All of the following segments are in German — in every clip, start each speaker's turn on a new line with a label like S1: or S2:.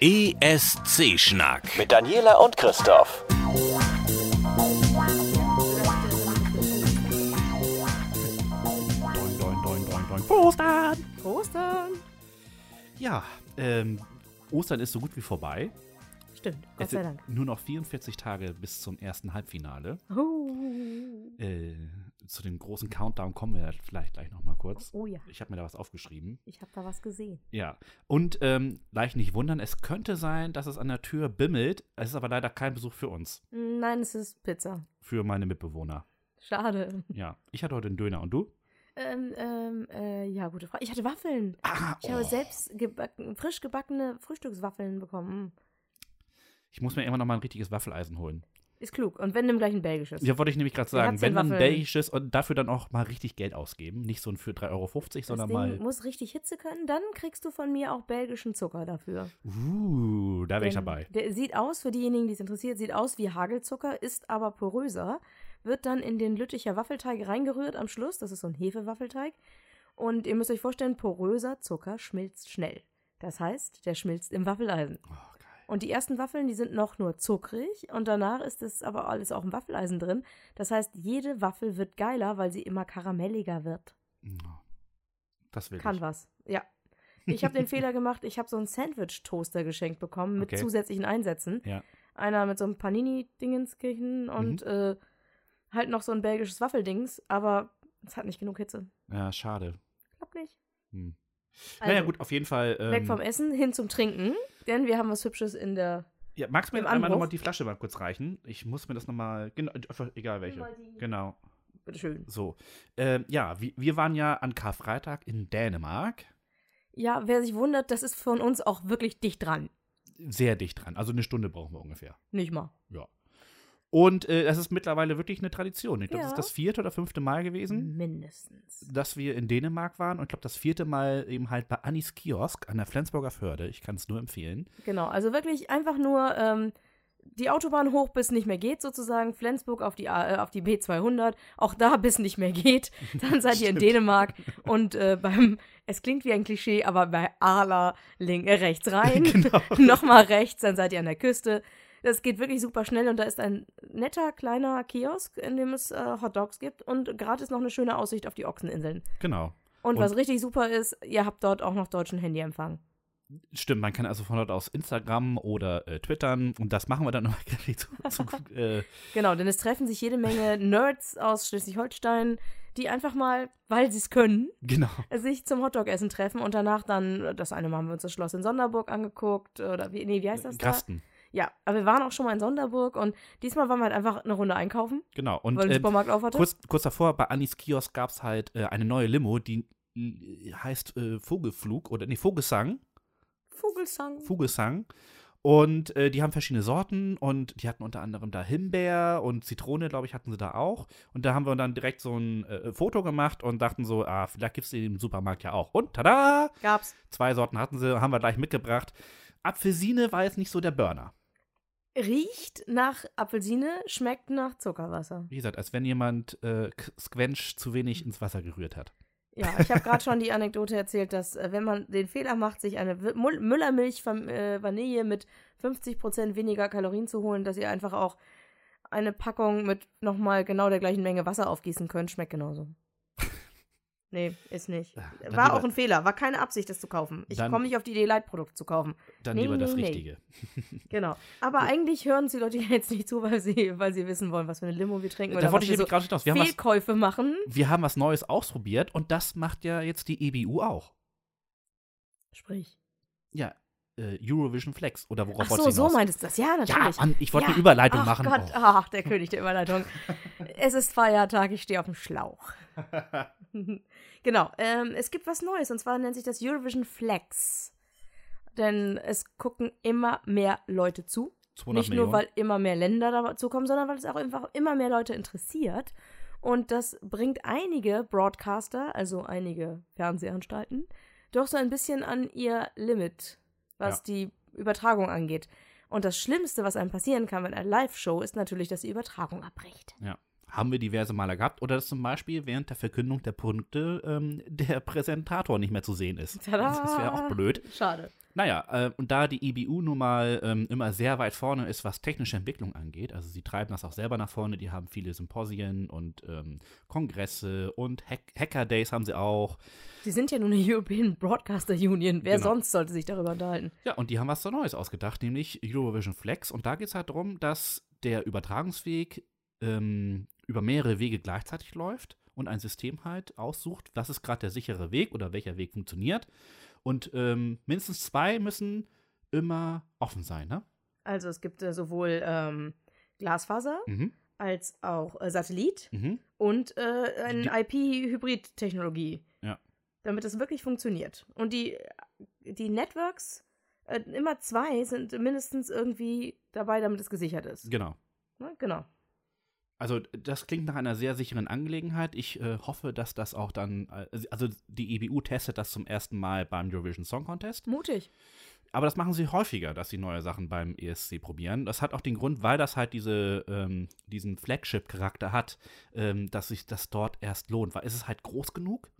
S1: E ESC-Schnack.
S2: Mit Daniela und Christoph.
S3: Doin, doin, doin, doin, doin. Frohe Ostern!
S4: Ostern.
S3: Ja, ähm, Ostern ist so gut wie vorbei.
S4: Stimmt, Gott
S3: es
S4: sei
S3: sind
S4: Dank.
S3: nur noch 44 Tage bis zum ersten Halbfinale.
S4: Oh,
S3: Äh, zu dem großen Countdown kommen wir halt vielleicht gleich nochmal kurz.
S4: oh ja,
S3: Ich habe mir da was aufgeschrieben.
S4: ich habe da was gesehen.
S3: Ja. Und ähm, gleich nicht wundern, es könnte sein, dass es an der Tür bimmelt. Es ist aber leider kein Besuch für uns,
S4: Nein, es ist Pizza.
S3: für meine Mitbewohner.
S4: Schade.
S3: Ja. Ich hatte heute einen Döner und du?
S4: Ähm, ähm, äh, ja, gute Frage. Ich hatte Waffeln.
S3: Ah,
S4: Ich habe
S3: oh.
S4: selbst gebacken, frisch gebackene Frühstückswaffeln bekommen. Hm,
S3: ich muss mir irgendwann nochmal ein richtiges Waffeleisen holen.
S4: Ist klug. Und wenn dem gleich ein belgisches.
S3: Ja, wollte ich nämlich gerade
S4: Wer
S3: sagen.
S4: hat's denn
S3: Wenn dann
S4: Waffeln?
S3: belgisches und dafür dann auch mal richtig Geld ausgeben. Nicht so ein für 3,50 Euro,
S4: das
S3: sondern
S4: Ding
S3: mal.
S4: muss richtig Hitze können, dann kriegst du von mir auch belgischen Zucker dafür.
S3: Uh, da wäre ich
S4: Denn
S3: dabei.
S4: Der sieht aus, für diejenigen, die es interessiert, sieht aus wie Hagelzucker, ist aber poröser, wird dann in den Lütticher Waffelteig reingerührt am Schluss. Das ist so ein Hefewaffelteig. Und ihr müsst euch vorstellen, poröser Zucker schmilzt schnell. Das heißt, der schmilzt im Waffeleisen.
S3: Oh, geil.
S4: Und die ersten Waffeln, die sind noch nur zuckrig und danach ist es aber alles auch im Waffeleisen drin. Das heißt, jede Waffel wird geiler, weil sie immer karamelliger wird.
S3: Das will
S4: Kann
S3: ich.
S4: was, ja. Ich habe den Fehler gemacht, ich habe so einen Sandwich-Toaster geschenkt bekommen mit
S3: Okay.
S4: zusätzlichen Einsätzen.
S3: Ja. Mhm.
S4: Einer mit so einem Panini-Dingenskirchen und äh, halt noch so ein belgisches Waffeldings, aber es hat nicht genug Hitze.
S3: Ja, schade.
S4: Klappt nicht.
S3: Hm.
S4: Also,
S3: naja, gut, auf jeden Fall. Ähm,
S4: Weg vom Essen, hin zum Trinken, denn wir haben was Hübsches in der.
S3: ja, magst du mir
S4: im
S3: einmal
S4: Anbruch.
S3: nochmal die Flasche mal kurz reichen? Ich muss mir das nochmal. Genau, einfach egal welche. Genau.
S4: Bitteschön.
S3: So. Ähm, ja, wir, wir waren ja an Karfreitag in Dänemark.
S4: Ja, wer sich wundert, das ist von uns auch wirklich dicht dran.
S3: Sehr dicht dran. Also eine Stunde brauchen wir ungefähr.
S4: Nicht mal.
S3: Ja. Und äh, das ist mittlerweile wirklich eine Tradition. Ich glaube, das
S4: Ja. Mhm.
S3: ist das vierte oder fünfte Mal gewesen.
S4: Mindestens.
S3: dass wir in Dänemark waren und ich glaube das vierte Mal eben halt bei Annis Kiosk an der Flensburger Förde. Ich kann es nur empfehlen.
S4: Genau, also wirklich einfach nur ähm, die Autobahn hoch, bis nicht mehr geht sozusagen, Flensburg auf die, A, äh, auf die B200, auch da bis nicht mehr geht, dann seid ihr in Dänemark und äh, beim, es klingt wie ein Klischee, aber bei Arla link, äh, rechts rein,
S3: Genau.
S4: nochmal rechts, dann seid ihr an der Küste. Das geht wirklich super schnell und da ist ein netter kleiner Kiosk, in dem es äh, Hot Dogs gibt und gratis noch eine schöne Aussicht auf die Ochseninseln.
S3: Genau.
S4: Und,
S3: Und-
S4: was richtig super ist, ihr habt dort auch noch deutschen Handyempfang.
S3: Stimmt, man kann also von dort aus Instagram oder äh, twittern und das machen wir dann nochmal gleich zu, zu äh,
S4: Genau, denn es treffen sich jede Menge Nerds aus Schleswig-Holstein, die einfach mal, weil sie es können,
S3: genau.
S4: sich zum Hotdog-Essen treffen und danach dann, das eine Mal haben wir uns das Schloss in Sonderburg angeguckt oder wie, nee, wie heißt das
S3: Grasten.
S4: da? Ja, aber wir waren auch schon mal in Sonderburg und diesmal waren wir halt einfach eine Runde einkaufen,
S3: Genau. Und
S4: weil der
S3: äh,
S4: Supermarkt auf hatte.
S3: kurz, kurz davor, bei Annis Kiosk gab es halt äh, eine neue Limo, die äh, heißt äh, Vogelflug oder nee, Vogelsang.
S4: Vogelsang.
S3: Vogelsang. Und äh, die haben verschiedene Sorten und die hatten unter anderem da Himbeer und Zitrone, glaube ich, hatten sie da auch. Und da haben wir dann direkt so ein äh, Foto gemacht und dachten so, ah, vielleicht gibt es die im Supermarkt ja auch. Und tada!
S4: Gab's.
S3: Zwei Sorten hatten sie, haben wir gleich mitgebracht. Apfelsine war jetzt nicht so der Burner.
S4: Riecht nach Apfelsine, schmeckt nach Zuckerwasser.
S3: Wie gesagt, als wenn jemand äh, K- Squench zu wenig ins Wasser gerührt hat.
S4: Ja, ich habe gerade schon die Anekdote erzählt, dass äh, wenn man den Fehler macht, sich eine Wi- Mul- Müllermilch von äh, Vanille mit 50% weniger Kalorien zu holen, dass ihr einfach auch eine Packung mit nochmal genau der gleichen Menge Wasser aufgießen könnt, schmeckt genauso. Nee, ist nicht.
S3: Ja, dann
S4: War
S3: lieber-
S4: auch ein Fehler, war keine Absicht, das zu kaufen. Ich
S3: Dann-
S4: komme nicht auf die Idee, Leitprodukt zu kaufen.
S3: Dann
S4: Nee,
S3: lieber das
S4: nee, nee.
S3: Richtige.
S4: Genau. Aber eigentlich hören uns die Leute ja jetzt nicht zu, weil sie, weil sie wissen wollen, was für eine Limo wir trinken
S3: Da
S4: oder was also
S3: wollte ich
S4: wir so
S3: nämlich gerade hinaus. Wir haben, was,
S4: Fehlkäufe machen.
S3: wir haben was Neues ausprobiert und das macht ja jetzt die EBU auch.
S4: Sprich.
S3: Ja, äh, Eurovision Flex oder worauf
S4: Ach
S3: wolltest
S4: so,
S3: du
S4: so
S3: hinaus?
S4: meintest du das. Ja, natürlich.
S3: Ja, Mann, ich wollte
S4: Ja.
S3: eine Überleitung
S4: Ach
S3: machen.
S4: Gott,
S3: Oh.
S4: ach, der König der Überleitung. es ist Feiertag, ich stehe auf dem Schlauch. genau, ähm, es gibt was Neues und zwar nennt sich das Eurovision Flex. Denn es gucken immer mehr Leute zu.
S3: 200
S4: Nicht
S3: Oh, Millionen.
S4: nur, weil immer mehr Länder dazu kommen, sondern weil es auch einfach immer mehr Leute interessiert. Und das bringt einige Broadcaster, also einige Fernsehanstalten, doch so ein bisschen an ihr Limit, was die Übertragung angeht. Und das Schlimmste, was einem passieren kann mit einer Live-Show, ist natürlich, dass die Übertragung abbricht.
S3: ja. haben wir diverse Male gehabt. Oder dass zum Beispiel während der Verkündung der Punkte ähm, der Präsentator nicht mehr zu sehen ist.
S4: Tada!
S3: Das wäre auch blöd.
S4: Schade.
S3: Naja, äh, und da die EBU nun mal ähm, immer sehr weit vorne ist, was technische Entwicklung angeht, also sie treiben das auch selber nach vorne, die haben viele Symposien und ähm, Kongresse und Hack Hacker-Days haben sie auch.
S4: Sie sind ja nun eine European Broadcaster Union. Wer
S3: Genau.
S4: sonst sollte sich darüber unterhalten?
S3: Ja, und die haben was so Neues ausgedacht, nämlich Eurovision Flex. Und da geht es halt darum, dass der Übertragungsweg ähm, über mehrere Wege gleichzeitig läuft und ein System halt aussucht, was ist gerade der sichere Weg oder welcher Weg funktioniert. Und ähm, mindestens zwei müssen immer offen sein, ne?
S4: Also es gibt äh, sowohl ähm, Glasfaser
S3: Mhm.
S4: als auch äh, Satellit
S3: Mhm.
S4: und äh, eine
S3: Die-
S4: IP-Hybrid-Technologie.
S3: Ja.
S4: Damit es wirklich funktioniert. Und die, die Networks, äh, immer zwei, sind mindestens irgendwie dabei, damit es gesichert ist.
S3: Genau.
S4: Ne? Genau.
S3: Also das klingt nach einer sehr sicheren Angelegenheit. Ich äh, hoffe, dass das auch dann, äh, also die EBU testet das zum ersten Mal beim Eurovision Song Contest.
S4: Mutig.
S3: Aber das machen sie häufiger, dass sie neue Sachen beim ESC probieren. Das hat auch den Grund, weil das halt diese, ähm, diesen Flagship-Charakter hat, ähm, dass sich das dort erst lohnt. Weil es ist halt groß genug.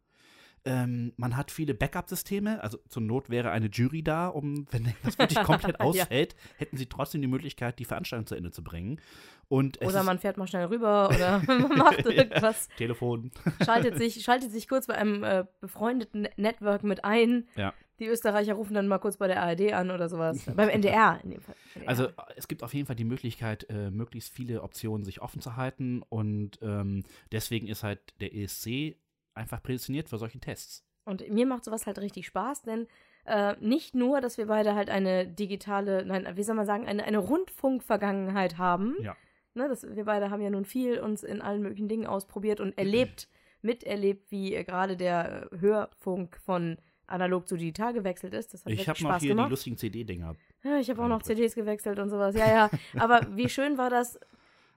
S3: Ähm, man hat viele Backup-Systeme. Also zur Not wäre eine Jury da, um, wenn das wirklich komplett
S4: Ja.
S3: ausfällt, hätten sie trotzdem die Möglichkeit, die Veranstaltung zu Ende zu bringen. Und es
S4: Oder
S3: ist
S4: man fährt mal schnell rüber oder man macht irgendwas,
S3: Telefon.
S4: schaltet sich, schaltet sich kurz bei einem äh, befreundeten Network mit ein.
S3: Ja.
S4: Die Österreicher rufen dann mal kurz bei der ARD an oder sowas. Beim NDR in dem Fall. NDR.
S3: Also äh, es gibt auf jeden Fall die Möglichkeit, äh, möglichst viele Optionen sich offen zu halten und ähm, deswegen ist halt der ESC einfach prädestiniert für solche Tests.
S4: Und mir macht sowas halt richtig Spaß, denn äh, nicht nur, dass wir beide halt eine digitale, nein, wie soll man sagen, eine, eine Rundfunk-Vergangenheit haben.
S3: Ja.
S4: Ne, das, wir beide haben ja nun viel uns in allen möglichen Dingen ausprobiert
S3: Mhm.
S4: und erlebt, miterlebt, wie äh, gerade der äh, Hörfunk von analog zu digital gewechselt ist. Das hat
S3: ich
S4: wirklich
S3: habe noch
S4: Spaß
S3: hier die
S4: gemacht.
S3: lustigen CD-Dinger.
S4: Ja, ich habe auch noch
S3: Eindrücke.
S4: CDs gewechselt und sowas. Ja, ja. Aber wie schön war das?
S3: Äh.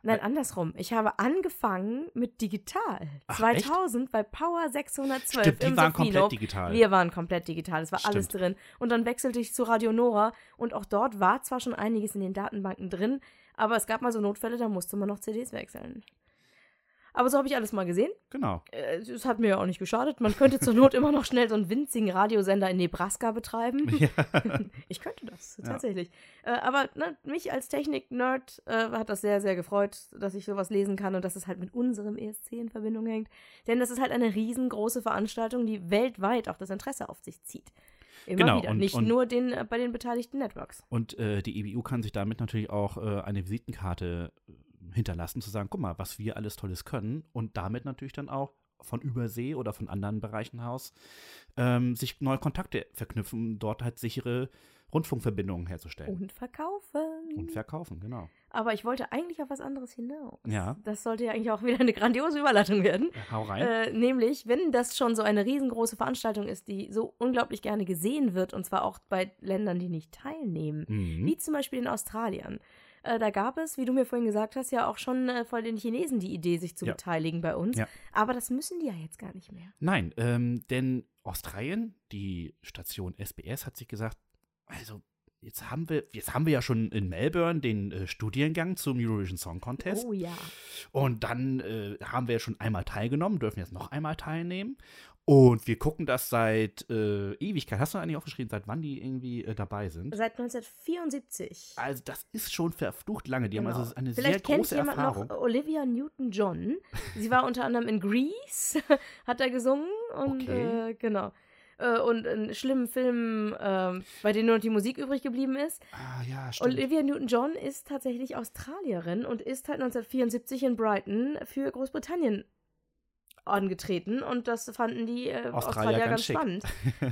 S4: Nein, andersrum. Ich habe angefangen mit digital.
S3: Ach,
S4: 2000 bei Power 612
S3: Stimmt,
S4: im
S3: die waren
S4: Sofienhof.
S3: komplett digital.
S4: Wir waren komplett digital, es war alles
S3: Stimmt.
S4: drin. Und dann wechselte ich zu Radio Nora und auch dort war zwar schon einiges in den Datenbanken drin, aber es gab mal so Notfälle, da musste man noch CDs wechseln. Aber so habe ich alles mal gesehen.
S3: genau.
S4: Äh, Es hat mir ja auch nicht geschadet. Man könnte zur Not immer noch schnell so einen winzigen Radiosender in Nebraska betreiben.
S3: Ja.
S4: Ich könnte das, tatsächlich. Äh, aber ne, mich als Technik-Nerd äh, hat das sehr, sehr gefreut, dass ich sowas lesen kann und dass es halt mit unserem ESC in Verbindung hängt. Denn das ist halt eine riesengroße Veranstaltung, die weltweit auch das Interesse auf sich zieht. Immer
S3: Genau,
S4: wieder.
S3: und-
S4: Nicht
S3: und-
S4: nur den, äh, bei den beteiligten Networks.
S3: Und äh, die EBU kann sich damit natürlich auch äh, eine Visitenkarte äh, hinterlassen, zu sagen, guck mal, was wir alles Tolles können und damit natürlich dann auch von Übersee oder von anderen Bereichen aus ähm, sich neue Kontakte verknüpfen, um dort halt sichere Rundfunkverbindungen herzustellen.
S4: Und verkaufen.
S3: Und verkaufen, genau.
S4: aber ich wollte eigentlich auf was anderes hinaus.
S3: Ja.
S4: Das sollte ja eigentlich auch wieder eine grandiose Überleitung werden.
S3: Hau rein.
S4: Äh, nämlich, wenn das schon so eine riesengroße Veranstaltung ist, die so unglaublich gerne gesehen wird, und zwar auch bei Ländern, die nicht teilnehmen,
S3: Mhm.
S4: wie zum Beispiel in Australien. Äh, da gab es, wie du mir vorhin gesagt hast, ja auch schon äh, von den Chinesen die Idee, sich zu
S3: Ja.
S4: beteiligen bei uns.
S3: Ja.
S4: Aber das müssen die ja jetzt gar nicht mehr.
S3: Nein, ähm, denn Australien, die Station SBS, hat sich gesagt, also jetzt haben wir, jetzt haben wir ja schon in Melbourne den äh, Studiengang zum Eurovision Song Contest.
S4: Oh ja.
S3: Und dann äh, haben wir ja schon einmal teilgenommen, dürfen jetzt noch einmal teilnehmen. Und wir gucken das seit äh, Ewigkeit. Hast du eigentlich aufgeschrieben, seit wann die irgendwie äh, dabei sind?
S4: Seit 1974.
S3: Also das ist schon verflucht lange. Die haben
S4: Genau.
S3: also eine
S4: Vielleicht
S3: sehr
S4: kennt
S3: große
S4: jemand
S3: Erfahrung.
S4: noch Olivia Newton-John. Sie war unter anderem in Grease, hat da gesungen und
S3: Okay.
S4: äh, genau. Äh, Und in schlimmen Filmen, ähm, bei denen nur noch die Musik übrig geblieben ist.
S3: ah ja, stimmt.
S4: Olivia Newton-John ist tatsächlich Australierin und ist halt 1974 in Brighton für Großbritannien angetreten und das fanden die äh, Australier, ganz,
S3: schick.
S4: spannend.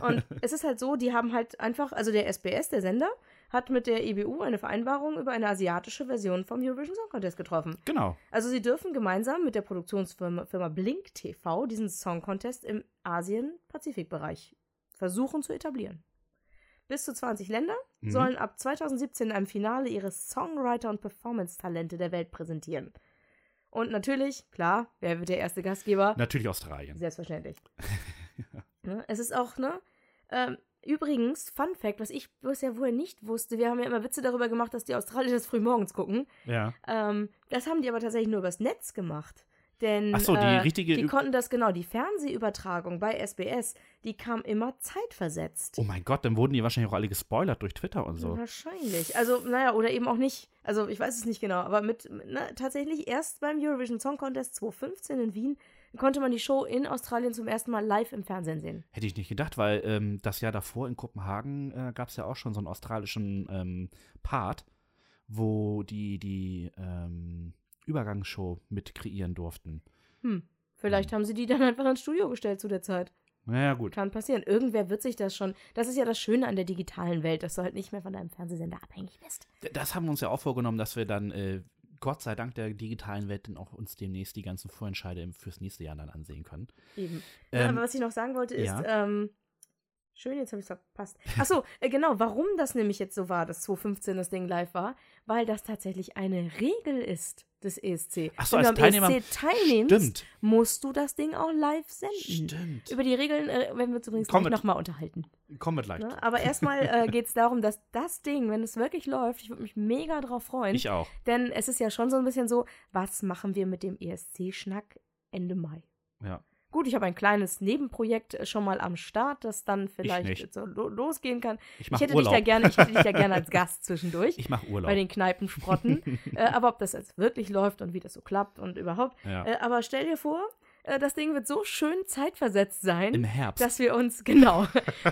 S4: Und es ist halt so, die haben halt einfach, also der SBS, der Sender, hat mit der EBU eine Vereinbarung über eine asiatische Version vom Eurovision Song Contest getroffen.
S3: genau.
S4: Also sie dürfen gemeinsam mit der Produktionsfirma Firma Blink TV diesen Song Contest im Asien-Pazifik-Bereich versuchen zu etablieren. Bis zu 20 Länder
S3: Mhm.
S4: sollen ab 2017 im Finale ihre Songwriter und Performance-Talente der Welt präsentieren. Und natürlich, klar, wer wird der erste Gastgeber?
S3: Natürlich Australien.
S4: Selbstverständlich. Ne? Es ist auch, ne? Ähm, übrigens, Fun Fact, was ich bisher wohl nicht wusste, wir haben ja immer Witze darüber gemacht, dass die Australier das früh morgens gucken.
S3: Ja.
S4: Ähm, das haben die aber tatsächlich nur übers Netz gemacht. Denn
S3: Ach so, die
S4: äh,
S3: richtige
S4: die
S3: Ü-
S4: konnten das genau, die Fernsehübertragung bei SBS, die kam immer zeitversetzt.
S3: Oh mein Gott, dann wurden die wahrscheinlich auch alle gespoilert durch Twitter und so.
S4: Wahrscheinlich. Also, naja, oder eben auch nicht. Also, ich weiß es nicht genau, aber mit, mit- na, tatsächlich erst beim Eurovision Song Contest 2015 in Wien konnte man die Show in Australien zum ersten Mal live im Fernsehen sehen.
S3: Hätte ich nicht gedacht, weil ähm, das Jahr davor in Kopenhagen äh, gab es ja auch schon so einen australischen ähm, Part, wo die die ähm, Übergangsshow mit kreieren durften.
S4: Hm. Vielleicht haben sie die dann einfach ins Studio gestellt zu der Zeit.
S3: Naja, gut.
S4: Kann passieren. Irgendwer wird sich das schon. Das ist ja das Schöne an der digitalen Welt, dass du halt nicht mehr von deinem Fernsehsender abhängig bist.
S3: D- Das haben wir uns ja auch vorgenommen, dass wir dann, äh, Gott sei Dank der digitalen Welt, dann auch uns demnächst die ganzen Vorentscheide im- fürs nächste Jahr dann ansehen können.
S4: Eben.
S3: Ähm,
S4: Aber was ich noch sagen wollte ist,
S3: ja.
S4: ähm, schön, jetzt habe ich es verpasst. Achso, äh, genau, warum das nämlich jetzt so war, dass 2015 das Ding live war, weil das tatsächlich eine Regel ist des ESC.
S3: Ach so,
S4: Wenn du
S3: als
S4: am
S3: Teilnehmer-
S4: ESC teilnimmst,
S3: Stimmt.
S4: musst du das Ding auch live senden.
S3: Stimmt.
S4: Über die Regeln äh, werden wir uns übrigens
S3: Komm
S4: gleich
S3: mit.
S4: nochmal unterhalten.
S3: Kommen wir gleich.
S4: Ne? Aber erstmal äh, geht es darum, dass das Ding, wenn es wirklich läuft, ich würde mich mega drauf freuen.
S3: Ich auch.
S4: Denn es ist ja schon so ein bisschen so, was machen wir mit dem ESC-Schnack Ende Mai?
S3: Ja.
S4: Gut, ich habe ein kleines Nebenprojekt äh, schon mal am Start, das dann vielleicht äh,
S3: nicht.
S4: so lo losgehen kann.
S3: Ich
S4: ich
S3: mache
S4: hätte
S3: Urlaub.
S4: dich da gerne, ich hätte dich da gerne als Gast zwischendurch
S3: ich mache Urlaub.
S4: bei den Kneipensprotten. äh, aber ob das jetzt wirklich läuft und wie das so klappt und überhaupt.
S3: ja.
S4: Äh, aber stell dir vor, äh, das Ding wird so schön zeitversetzt sein
S3: Im Herbst.
S4: dass wir uns, genau,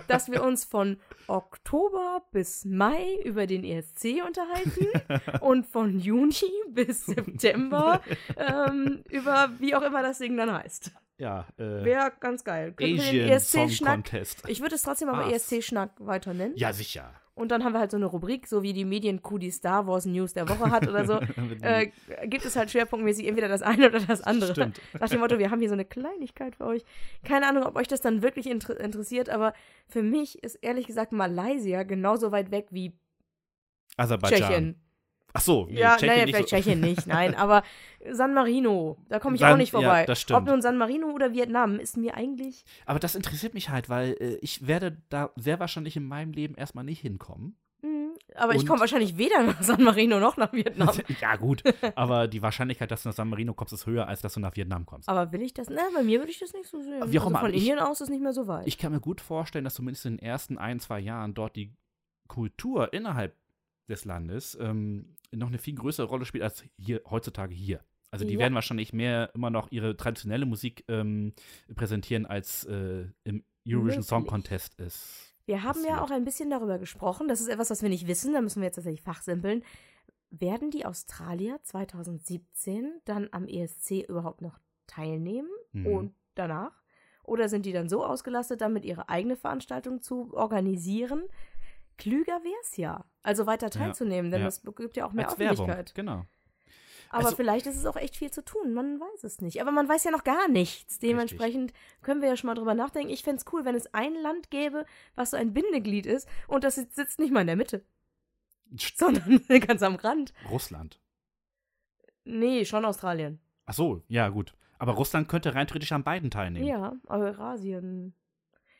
S4: dass wir uns von Oktober bis Mai über den ESC unterhalten und von Juni bis September ähm, über wie auch immer das Ding dann heißt.
S3: ja, äh,
S4: Wäre ganz geil. Könnten wir den E
S3: Asian Song
S4: ESC-Schnack.
S3: Contest.
S4: Ich würde es trotzdem aber
S3: Was?
S4: ESC-Schnack weiter nennen.
S3: Ja, sicher.
S4: Und dann haben wir halt so eine Rubrik, so wie die Medien-Kuh die Star Wars News der Woche hat oder so. äh, gibt es halt schwerpunktmäßig entweder das eine oder das andere.
S3: Stimmt.
S4: Nach dem Motto, wir haben hier so eine Kleinigkeit für euch. Keine Ahnung, ob euch das dann wirklich inter interessiert, aber für mich ist ehrlich gesagt Malaysia genauso weit weg wie
S3: Aserbaidschan.
S4: Tschechien.
S3: Ach so, nee,
S4: ja,
S3: Tschechien
S4: naja,
S3: nicht
S4: vielleicht
S3: so.
S4: Tschechien nicht, nein, aber San Marino, da komme ich
S3: San-
S4: auch nicht
S3: ja,
S4: vorbei.
S3: das stimmt.
S4: Ob nun San Marino oder Vietnam, ist mir eigentlich.
S3: Aber das interessiert mich halt, weil äh, ich werde da sehr wahrscheinlich in meinem Leben erstmal nicht hinkommen.
S4: Hm, aber ich
S3: Und-
S4: komme wahrscheinlich weder nach San Marino noch nach Vietnam.
S3: ja, gut. Aber die Wahrscheinlichkeit, dass du nach San Marino kommst, ist höher, als dass du nach Vietnam kommst.
S4: Aber will ich das? Na, bei mir würde ich das nicht so sehen.
S3: Aber wie auch immer,
S4: also von
S3: ich-
S4: Indien aus ist nicht mehr so weit.
S3: Ich kann mir gut vorstellen, dass zumindest in den ersten ein, zwei Jahren dort die Kultur innerhalb des Landes ähm, noch eine viel größere Rolle spielt als hier heutzutage hier. Also die
S4: Ja.
S3: werden wahrscheinlich mehr immer noch ihre traditionelle Musik ähm, präsentieren, als äh, im Eurovision Song
S4: Möglich.
S3: Contest ist.
S4: Wir haben ja
S3: passiert.
S4: auch ein bisschen darüber gesprochen. Das ist etwas, was wir nicht wissen. Da müssen wir jetzt tatsächlich fachsimpeln. Werden die Australier 2017 dann am ESC überhaupt noch teilnehmen
S3: Mhm.
S4: und danach? Oder sind die dann so ausgelastet, damit ihre eigene Veranstaltung zu organisieren? Klüger wäre es ja, also weiter teilzunehmen, denn
S3: ja.
S4: das gibt ja auch mehr
S3: als Werbung.
S4: Öffentlichkeit.
S3: Genau.
S4: Aber
S3: Also-
S4: vielleicht ist es auch echt viel zu tun. Man weiß es nicht. Aber man weiß ja noch gar nichts. Dementsprechend können wir ja schon mal drüber nachdenken. Ich fände es cool, wenn es ein Land gäbe, was so ein Bindeglied ist und das sitzt- sitzt nicht mal in der Mitte,
S3: Sch-
S4: sondern ganz am Rand.
S3: Russland.
S4: Nee, schon Australien.
S3: Ach so, ja, gut. Aber Russland könnte rein theoretisch an beiden teilnehmen.
S4: Ja, Eurasien.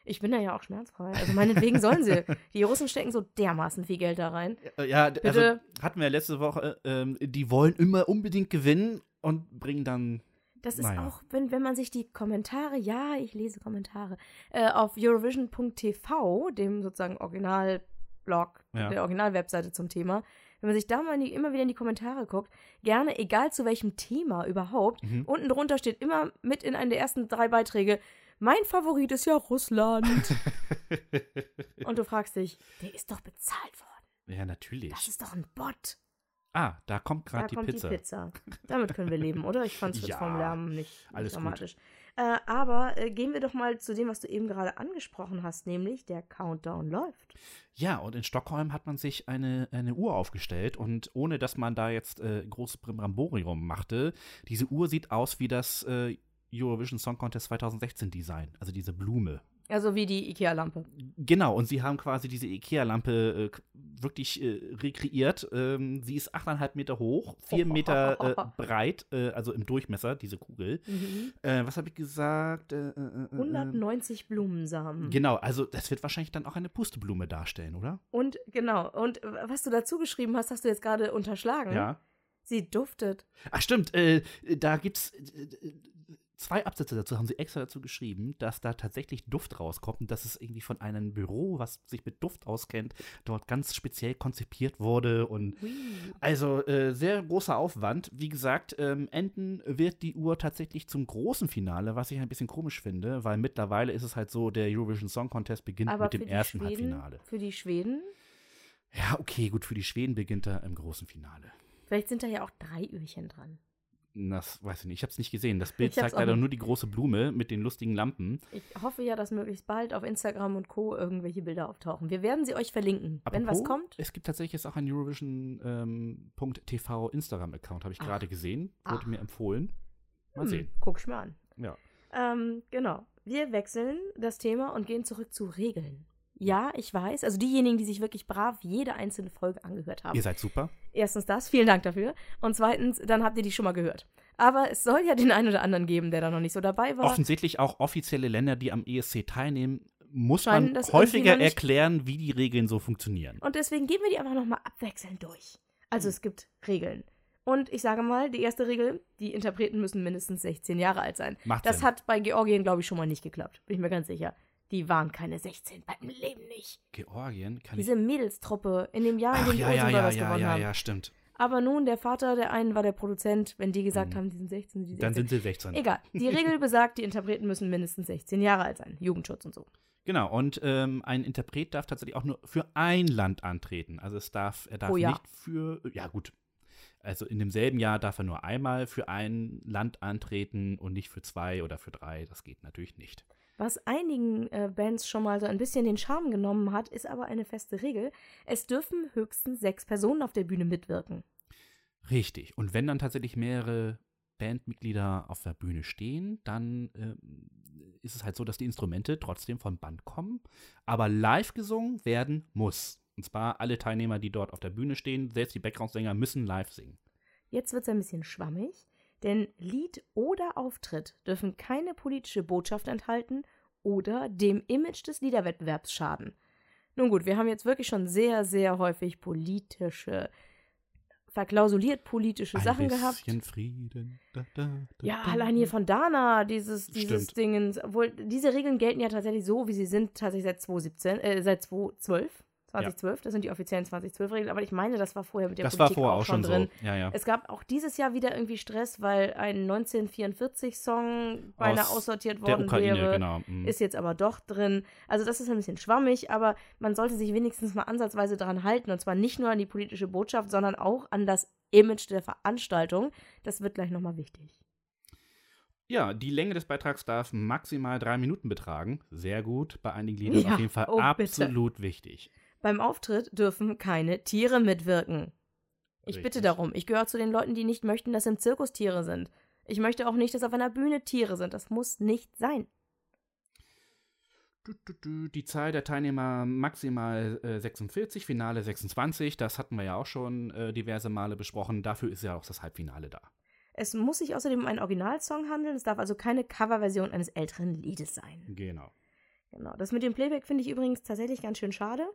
S4: Ich bin da ja auch schmerzfrei. Also meinetwegen sollen sie. Die Russen stecken so dermaßen viel Geld da rein.
S3: Äh, Ja, d-
S4: Bitte?
S3: also hatten wir letzte Woche, äh, ähm, die wollen immer unbedingt gewinnen und bringen dann.
S4: Das ist
S3: Naja.
S4: auch, wenn, wenn man sich die Kommentare, ja, ich lese Kommentare, äh, auf Eurovision.tv, dem sozusagen Originalblog,
S3: Ja.
S4: der Originalwebseite zum Thema, wenn man sich da mal in die, immer wieder in die Kommentare guckt, gerne, egal zu welchem Thema überhaupt,
S3: Mhm.
S4: unten drunter steht immer mit in einem der ersten drei Beiträge, mein Favorit ist ja Russland. Und du fragst dich, der ist doch bezahlt worden.
S3: ja, natürlich.
S4: Das ist doch ein Bot.
S3: Ah, da kommt
S4: Da
S3: gerade die
S4: kommt
S3: Pizza.
S4: die Pizza. Damit können wir leben, oder? Ich fand es
S3: Ja,
S4: jetzt vom Lärm nicht, nicht
S3: alles gut.
S4: dramatisch. Äh, aber äh, gehen wir doch mal zu dem, was du eben gerade angesprochen hast, nämlich der Countdown läuft.
S3: Ja, und in Stockholm hat man sich eine, eine Uhr aufgestellt und ohne dass man da jetzt äh, großes Bramborium machte, diese Uhr sieht aus wie das äh, Eurovision Song Contest 2016 Design, also diese Blume.
S4: Also wie die Ikea-Lampe.
S3: Genau, und sie haben quasi diese IKEA-Lampe äh, k- wirklich äh, rekreiert. Ähm, sie ist 8,5 Meter hoch, 4 Meter äh, breit, äh, also im Durchmesser, diese Kugel. Äh, was habe ich gesagt? Äh, äh, äh, äh,
S4: 190 Blumensamen.
S3: Genau, also das wird wahrscheinlich dann auch eine Pusteblume darstellen, oder?
S4: und genau, und äh, was du dazu geschrieben hast, hast du jetzt gerade unterschlagen. Sie duftet.
S3: Ach stimmt, äh, da gibt's äh, zwei Absätze dazu, haben sie extra dazu geschrieben, dass da tatsächlich Duft rauskommt und dass es irgendwie von einem Büro, was sich mit Duft auskennt, dort ganz speziell konzipiert wurde und
S4: Ui.
S3: also äh, sehr großer Aufwand. Wie gesagt, ähm, enden wird die Uhr tatsächlich zum großen Finale, was ich ein bisschen komisch finde, weil mittlerweile ist es halt so, der Eurovision Song Contest beginnt
S4: Aber
S3: mit
S4: für
S3: dem
S4: die
S3: ersten
S4: Schweden,
S3: Halbfinale.
S4: Für die Schweden?
S3: Ja, okay, gut, für die Schweden beginnt er im großen Finale.
S4: Vielleicht sind da ja auch drei Öhrchen dran.
S3: Das weiß ich nicht. Ich habe es nicht gesehen. Das Bild
S4: Ich hab's
S3: zeigt
S4: auch
S3: leider
S4: nicht.
S3: nur die große Blume mit den lustigen Lampen.
S4: Ich hoffe ja, dass möglichst bald auf Instagram und Co. irgendwelche Bilder auftauchen. Wir werden sie euch verlinken. Wenn was
S3: Apropos,
S4: kommt,
S3: Es gibt tatsächlich jetzt auch einen ähm, Eurovision.tv Instagram-Account, habe ich
S4: Ach.
S3: gerade gesehen. Wurde
S4: Ach.
S3: mir empfohlen.
S4: Ah.
S3: Mal
S4: hm,
S3: sehen.
S4: guck ich mir an.
S3: Ja.
S4: Ähm, genau. Wir wechseln das Thema und gehen zurück zu Regeln. Ja, ich weiß. Also diejenigen, die sich wirklich brav jede einzelne Folge angehört haben.
S3: Ihr seid super.
S4: Erstens das, vielen Dank dafür. Und zweitens, dann habt ihr die schon mal gehört. Aber es soll ja den einen oder anderen geben, der da noch nicht so dabei war.
S3: Offensichtlich auch offizielle Länder, die am ESC teilnehmen, muss
S4: Scheinen
S3: man
S4: das irgendwie
S3: häufiger
S4: noch nicht-
S3: erklären, wie die Regeln so funktionieren.
S4: Und deswegen gehen wir die einfach nochmal abwechselnd durch. Also es gibt Regeln. Und ich sage mal, die erste Regel, die Interpreten müssen mindestens 16 Jahre alt sein.
S3: Macht
S4: das
S3: Sinn.
S4: hat bei Georgien, glaube ich, schon mal nicht geklappt. Bin ich mir ganz sicher. Die waren keine 16, beim Leben nicht.
S3: Georgien kann ich.
S4: Diese Mädelstruppe in dem Jahr, in
S3: Ach
S4: dem die
S3: ja,
S4: Olsen
S3: ja, ja,
S4: Brothers
S3: ja,
S4: gewonnen
S3: ja,
S4: haben.
S3: ja, stimmt.
S4: Aber nun, der Vater der einen war der Produzent. Wenn die gesagt
S3: Mhm.
S4: haben, die sind 16, die sind 16.
S3: Dann sind sie 16.
S4: Egal. Die Regel besagt, die Interpreten müssen mindestens 16 Jahre alt sein. Jugendschutz und so.
S3: Genau, und ähm, ein Interpret darf tatsächlich auch nur für ein Land antreten. Also es darf, er darf
S4: Oh ja.
S3: nicht für, ja gut, also in demselben Jahr darf er nur einmal für ein Land antreten und nicht für zwei oder für drei. Das geht natürlich nicht.
S4: Was einigen äh, Bands schon mal so ein bisschen den Charme genommen hat, ist aber eine feste Regel. Es dürfen höchstens sechs Personen auf der Bühne mitwirken.
S3: Richtig. Und wenn dann tatsächlich mehrere Bandmitglieder auf der Bühne stehen, dann ähm, ist es halt so, dass die Instrumente trotzdem vom Band kommen, aber live gesungen werden muss. Und zwar alle Teilnehmer, die dort auf der Bühne stehen, selbst die Background-Sänger müssen live singen.
S4: Jetzt wird's ein bisschen schwammig, denn Lied oder Auftritt dürfen keine politische Botschaft enthalten oder dem Image des Liederwettbewerbs schaden. Nun gut, wir haben jetzt wirklich schon sehr, sehr häufig politische, verklausuliert politische Sachen gehabt.
S3: bisschen Frieden. Da, da, da,
S4: Ja,
S3: da.
S4: allein hier von Dana, dieses, dieses
S3: Stimmt.
S4: Dingens. Obwohl, diese Regeln gelten ja tatsächlich so, wie sie sind, tatsächlich seit 2017, äh, seit 2012. 2012, das sind die offiziellen 2012-Regeln, aber ich meine, das war vorher mit der
S3: Das war
S4: Politik
S3: vorher
S4: auch schon drin.
S3: so. Ja, ja.
S4: Es gab auch dieses Jahr wieder irgendwie Stress, weil ein 1944-Song beinahe
S3: Aus
S4: aussortiert
S3: Der
S4: worden
S3: Ukraine,
S4: wäre.
S3: genau. Mhm.
S4: Ist jetzt aber doch drin. Also das ist ein bisschen schwammig, aber man sollte sich wenigstens mal ansatzweise dran halten. Und zwar nicht nur an die politische Botschaft, sondern auch an das Image der Veranstaltung. Das wird gleich nochmal wichtig.
S3: ja, die Länge des Beitrags darf maximal drei Minuten betragen. Sehr gut. Bei einigen Liedern
S4: Ja,
S3: auf jeden Fall
S4: oh, bitte.
S3: absolut wichtig.
S4: Beim Auftritt dürfen keine Tiere mitwirken. Ich bitte
S3: Richtig.
S4: darum. Ich gehöre zu den Leuten, die nicht möchten, dass im Zirkus Tiere sind. Ich möchte auch nicht, dass auf einer Bühne Tiere sind. Das muss nicht sein.
S3: Du, du, du. Die Zahl der Teilnehmer maximal äh, 46, Finale 26. Das hatten wir ja auch schon äh, diverse Male besprochen. Dafür ist ja auch das Halbfinale da.
S4: Es muss sich außerdem um einen Originalsong handeln. Es darf also keine Coverversion eines älteren Liedes sein.
S3: Genau.
S4: Genau. Das mit dem Playback finde ich übrigens tatsächlich ganz schön schade.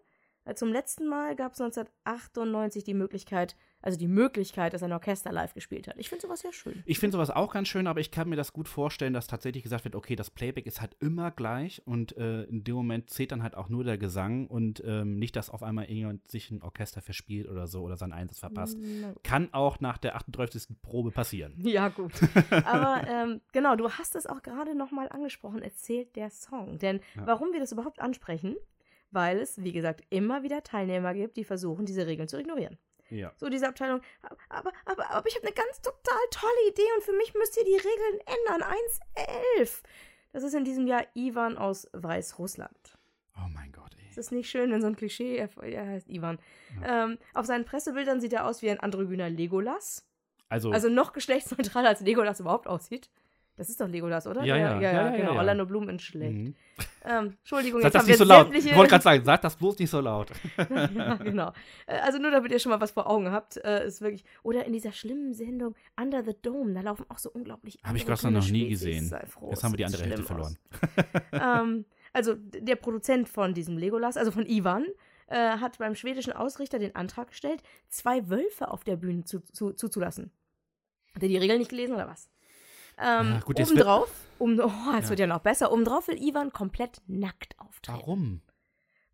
S4: Äh, Zum letzten Mal gab es 1998 die Möglichkeit, also die Möglichkeit, dass ein Orchester live gespielt hat. Ich finde sowas ja schön.
S3: Ich finde sowas auch ganz schön, aber ich kann mir das gut vorstellen, dass tatsächlich gesagt wird, okay, das Playback ist halt immer gleich und äh, in dem Moment zählt dann halt auch nur der Gesang und ähm, nicht, dass auf einmal irgendjemand sich ein Orchester verspielt oder so oder seinen Einsatz verpasst.
S4: Na gut.
S3: Kann auch nach der 38. Probe passieren.
S4: Ja, gut. Aber ähm, genau, du hast es auch gerade nochmal angesprochen, erzählt der Song. Denn
S3: Ja.
S4: warum wir das überhaupt ansprechen? Weil es, wie gesagt, immer wieder Teilnehmer gibt, die versuchen, diese Regeln zu ignorieren.
S3: Ja.
S4: So diese Abteilung, aber, aber, aber ich habe eine ganz total tolle Idee und für mich müsst ihr die Regeln ändern. 1.11. Das ist in diesem Jahr Ivan aus Weißrussland.
S3: Oh mein Gott, ey.
S4: Es ist nicht schön, wenn so ein Klischee, er, er heißt Ivan. Ähm, auf seinen Pressebildern sieht er aus wie ein androgyner Legolas.
S3: Also,
S4: Also noch geschlechtsneutraler, als Legolas überhaupt aussieht. Das ist doch Legolas, oder?
S3: Ja,
S4: ja,
S3: ja, ja, ja,
S4: genau.
S3: ja.
S4: Orlando Bloom in schlecht.
S3: mhm.
S4: Ähm, Entschuldigung, jetzt
S3: sag das
S4: haben wir
S3: nicht so laut. Ich
S4: sämtliche...
S3: wollte gerade sagen, sag das bloß nicht so laut.
S4: ja, genau. Äh, Also nur damit ihr schon mal was vor Augen habt, äh, ist wirklich. Oder in dieser schlimmen Sendung Under the Dome, da laufen auch so unglaublich.
S3: Hab ich
S4: andere
S3: Gott sei Dank noch
S4: kleine
S3: nie
S4: Spezies.
S3: gesehen.
S4: Sei froh,
S3: Jetzt
S4: es
S3: haben wir die
S4: sieht
S3: andere Hälfte
S4: schlimm aus. ähm,
S3: verloren.
S4: also d- der Produzent von diesem Legolas, also von Ivan, äh, hat beim schwedischen Ausrichter den Antrag gestellt, zwei Wölfe auf der Bühne zu, zu, zuzulassen. Hat er die Regeln nicht gelesen oder was? Ähm,
S3: Ja, gut, jetzt wird-
S4: obendrauf, um, oh, das
S3: Ja.
S4: wird ja noch besser, obendrauf will Ivan komplett nackt auftreten.
S3: Warum?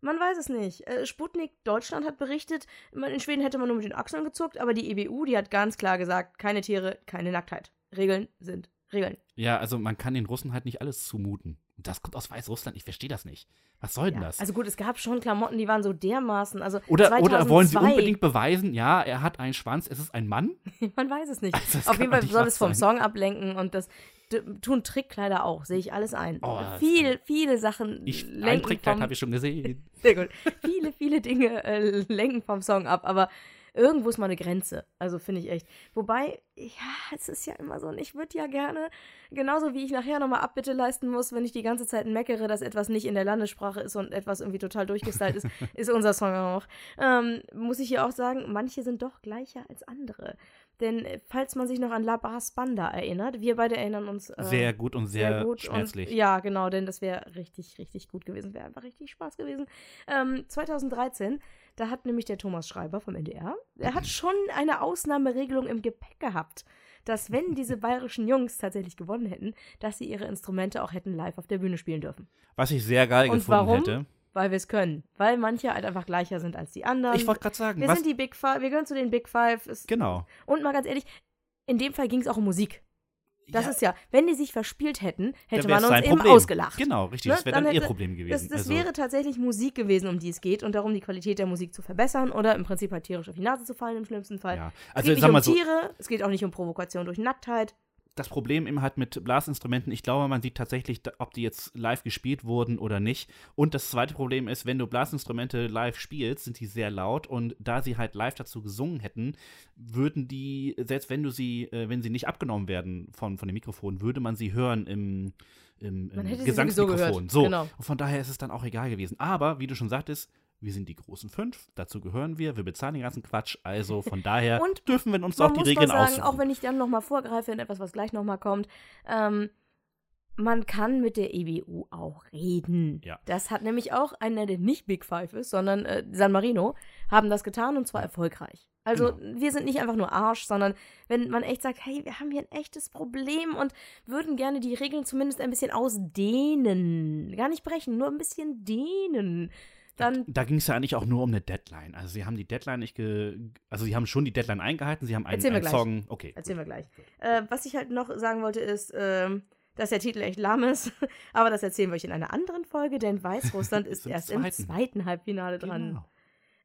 S4: Man weiß es nicht. Äh, Sputnik Deutschland hat berichtet, man, in Schweden hätte man nur mit den Achseln gezuckt, aber die EBU, die hat ganz klar gesagt, keine Tiere, keine Nacktheit. Regeln sind Regeln.
S3: Ja, also man kann den Russen halt nicht alles zumuten. Und Das kommt aus Weißrussland, ich verstehe das nicht. Was soll denn
S4: Ja.
S3: das?
S4: Also gut, es gab schon Klamotten, die waren so dermaßen, also
S3: oder,
S4: 2002,
S3: oder wollen sie unbedingt beweisen, ja, er hat einen Schwanz, es ist ein Mann?
S4: man weiß es nicht.
S3: Also das
S4: Auf
S3: kann
S4: jeden
S3: doch
S4: Fall
S3: nicht
S4: soll
S3: wahr
S4: es vom
S3: sein.
S4: Song ablenken und das d- tun Trickkleider auch, sehe ich alles ein.
S3: Oh, das
S4: viele, viele Sachen
S3: Ich, ein
S4: lenken
S3: Trickkleid
S4: vom,
S3: habe ich schon gesehen.
S4: Sehr gut. Viele, viele Dinge äh, lenken vom Song ab, aber irgendwo ist mal eine Grenze. Also finde ich echt. Wobei, ja, es ist ja immer so, und ich würde ja gerne, genauso wie ich nachher nochmal Abbitte leisten muss, wenn ich die ganze Zeit meckere, dass etwas nicht in der Landessprache ist und etwas irgendwie total durchgestylt ist, ist unser Song auch. Ähm, muss ich hier auch sagen, manche sind doch gleicher als andere. Denn äh, falls man sich noch an La Bas Banda erinnert, wir beide erinnern uns. Äh,
S3: Sehr gut und sehr,
S4: und-
S3: schmerzlich.
S4: ja, genau, denn das wäre richtig, richtig gut gewesen. Wäre einfach richtig Spaß gewesen. Ähm, 2013, da hat nämlich der Thomas Schreiber vom NDR, der hat schon eine Ausnahmeregelung im Gepäck gehabt, dass wenn diese bayerischen Jungs tatsächlich gewonnen hätten, dass sie ihre Instrumente auch hätten live auf der Bühne spielen dürfen.
S3: Was ich sehr geil
S4: Und
S3: gefunden
S4: warum?
S3: hätte.
S4: Weil wir es können. Weil manche halt einfach gleicher sind als die anderen.
S3: ich wollte gerade sagen,
S4: wir
S3: was,
S4: sind die Big Five, wir gehören zu den Big Five. Ist,
S3: genau.
S4: Und mal ganz ehrlich, in dem Fall ging es auch um Musik. Das
S3: Ja,
S4: ist ja, wenn die sich verspielt hätten, hätte
S3: dann wär's
S4: man uns
S3: sein
S4: eben
S3: Problem.
S4: ausgelacht.
S3: Genau, richtig.
S4: Ne?
S3: Das wäre dann,
S4: Dann
S3: ihr
S4: hätte-
S3: Problem gewesen.
S4: Das, das
S3: also,
S4: wäre tatsächlich Musik gewesen, um die es geht und darum, die Qualität der Musik zu verbessern oder im Prinzip halt tierisch auf die Nase zu fallen im schlimmsten Fall.
S3: ja.
S4: Es
S3: also
S4: geht
S3: sag
S4: nicht
S3: mal
S4: um
S3: so,
S4: Tiere, es geht auch nicht um Provokation durch Nacktheit.
S3: das Problem eben halt mit Blasinstrumenten, ich glaube, man sieht tatsächlich, da- ob die jetzt live gespielt wurden oder nicht. Und das zweite Problem ist, wenn du Blasinstrumente live spielst, sind die sehr laut und da sie halt live dazu gesungen hätten, würden die, selbst wenn du sie, äh, wenn sie nicht abgenommen werden von, von dem Mikrofon, würde man sie hören im, im,
S4: Man hätte
S3: im
S4: sie sowieso
S3: Gesangsmikrofon.
S4: gehört,
S3: So,
S4: genau.
S3: und von daher ist es dann auch egal gewesen. Aber, wie du schon sagtest, wir sind die großen fünf, dazu gehören wir, wir bezahlen den ganzen Quatsch, also von daher
S4: Und
S3: dürfen wir uns auch
S4: Man
S3: die
S4: muss
S3: Regeln
S4: mal sagen,
S3: aussuchen.
S4: auch wenn ich dann nochmal vorgreife in etwas, was gleich nochmal kommt, ähm, man kann mit der EBU auch reden.
S3: Ja.
S4: Das hat nämlich auch einer, der nicht Big Five ist, sondern äh, San Marino, haben das getan und zwar erfolgreich. Also
S3: Genau.
S4: wir sind nicht einfach nur Arsch, sondern wenn man echt sagt, hey, wir haben hier ein echtes Problem und würden gerne die Regeln zumindest ein bisschen ausdehnen, gar nicht brechen, nur ein bisschen dehnen, dann
S3: da ging es ja eigentlich auch nur um eine Deadline. Also sie haben die Deadline nicht ge also sie haben schon die Deadline eingehalten, sie haben einen,
S4: Erzählen wir
S3: einen
S4: gleich.
S3: Song. Okay.
S4: Erzählen wir gleich. Äh, was ich halt noch sagen wollte, ist, ähm, dass der Titel echt lahm ist. Aber das erzählen wir euch in einer anderen Folge, denn Weißrussland ist
S3: Ist im
S4: erst im
S3: zweiten.
S4: zweiten Halbfinale dran.
S3: Genau.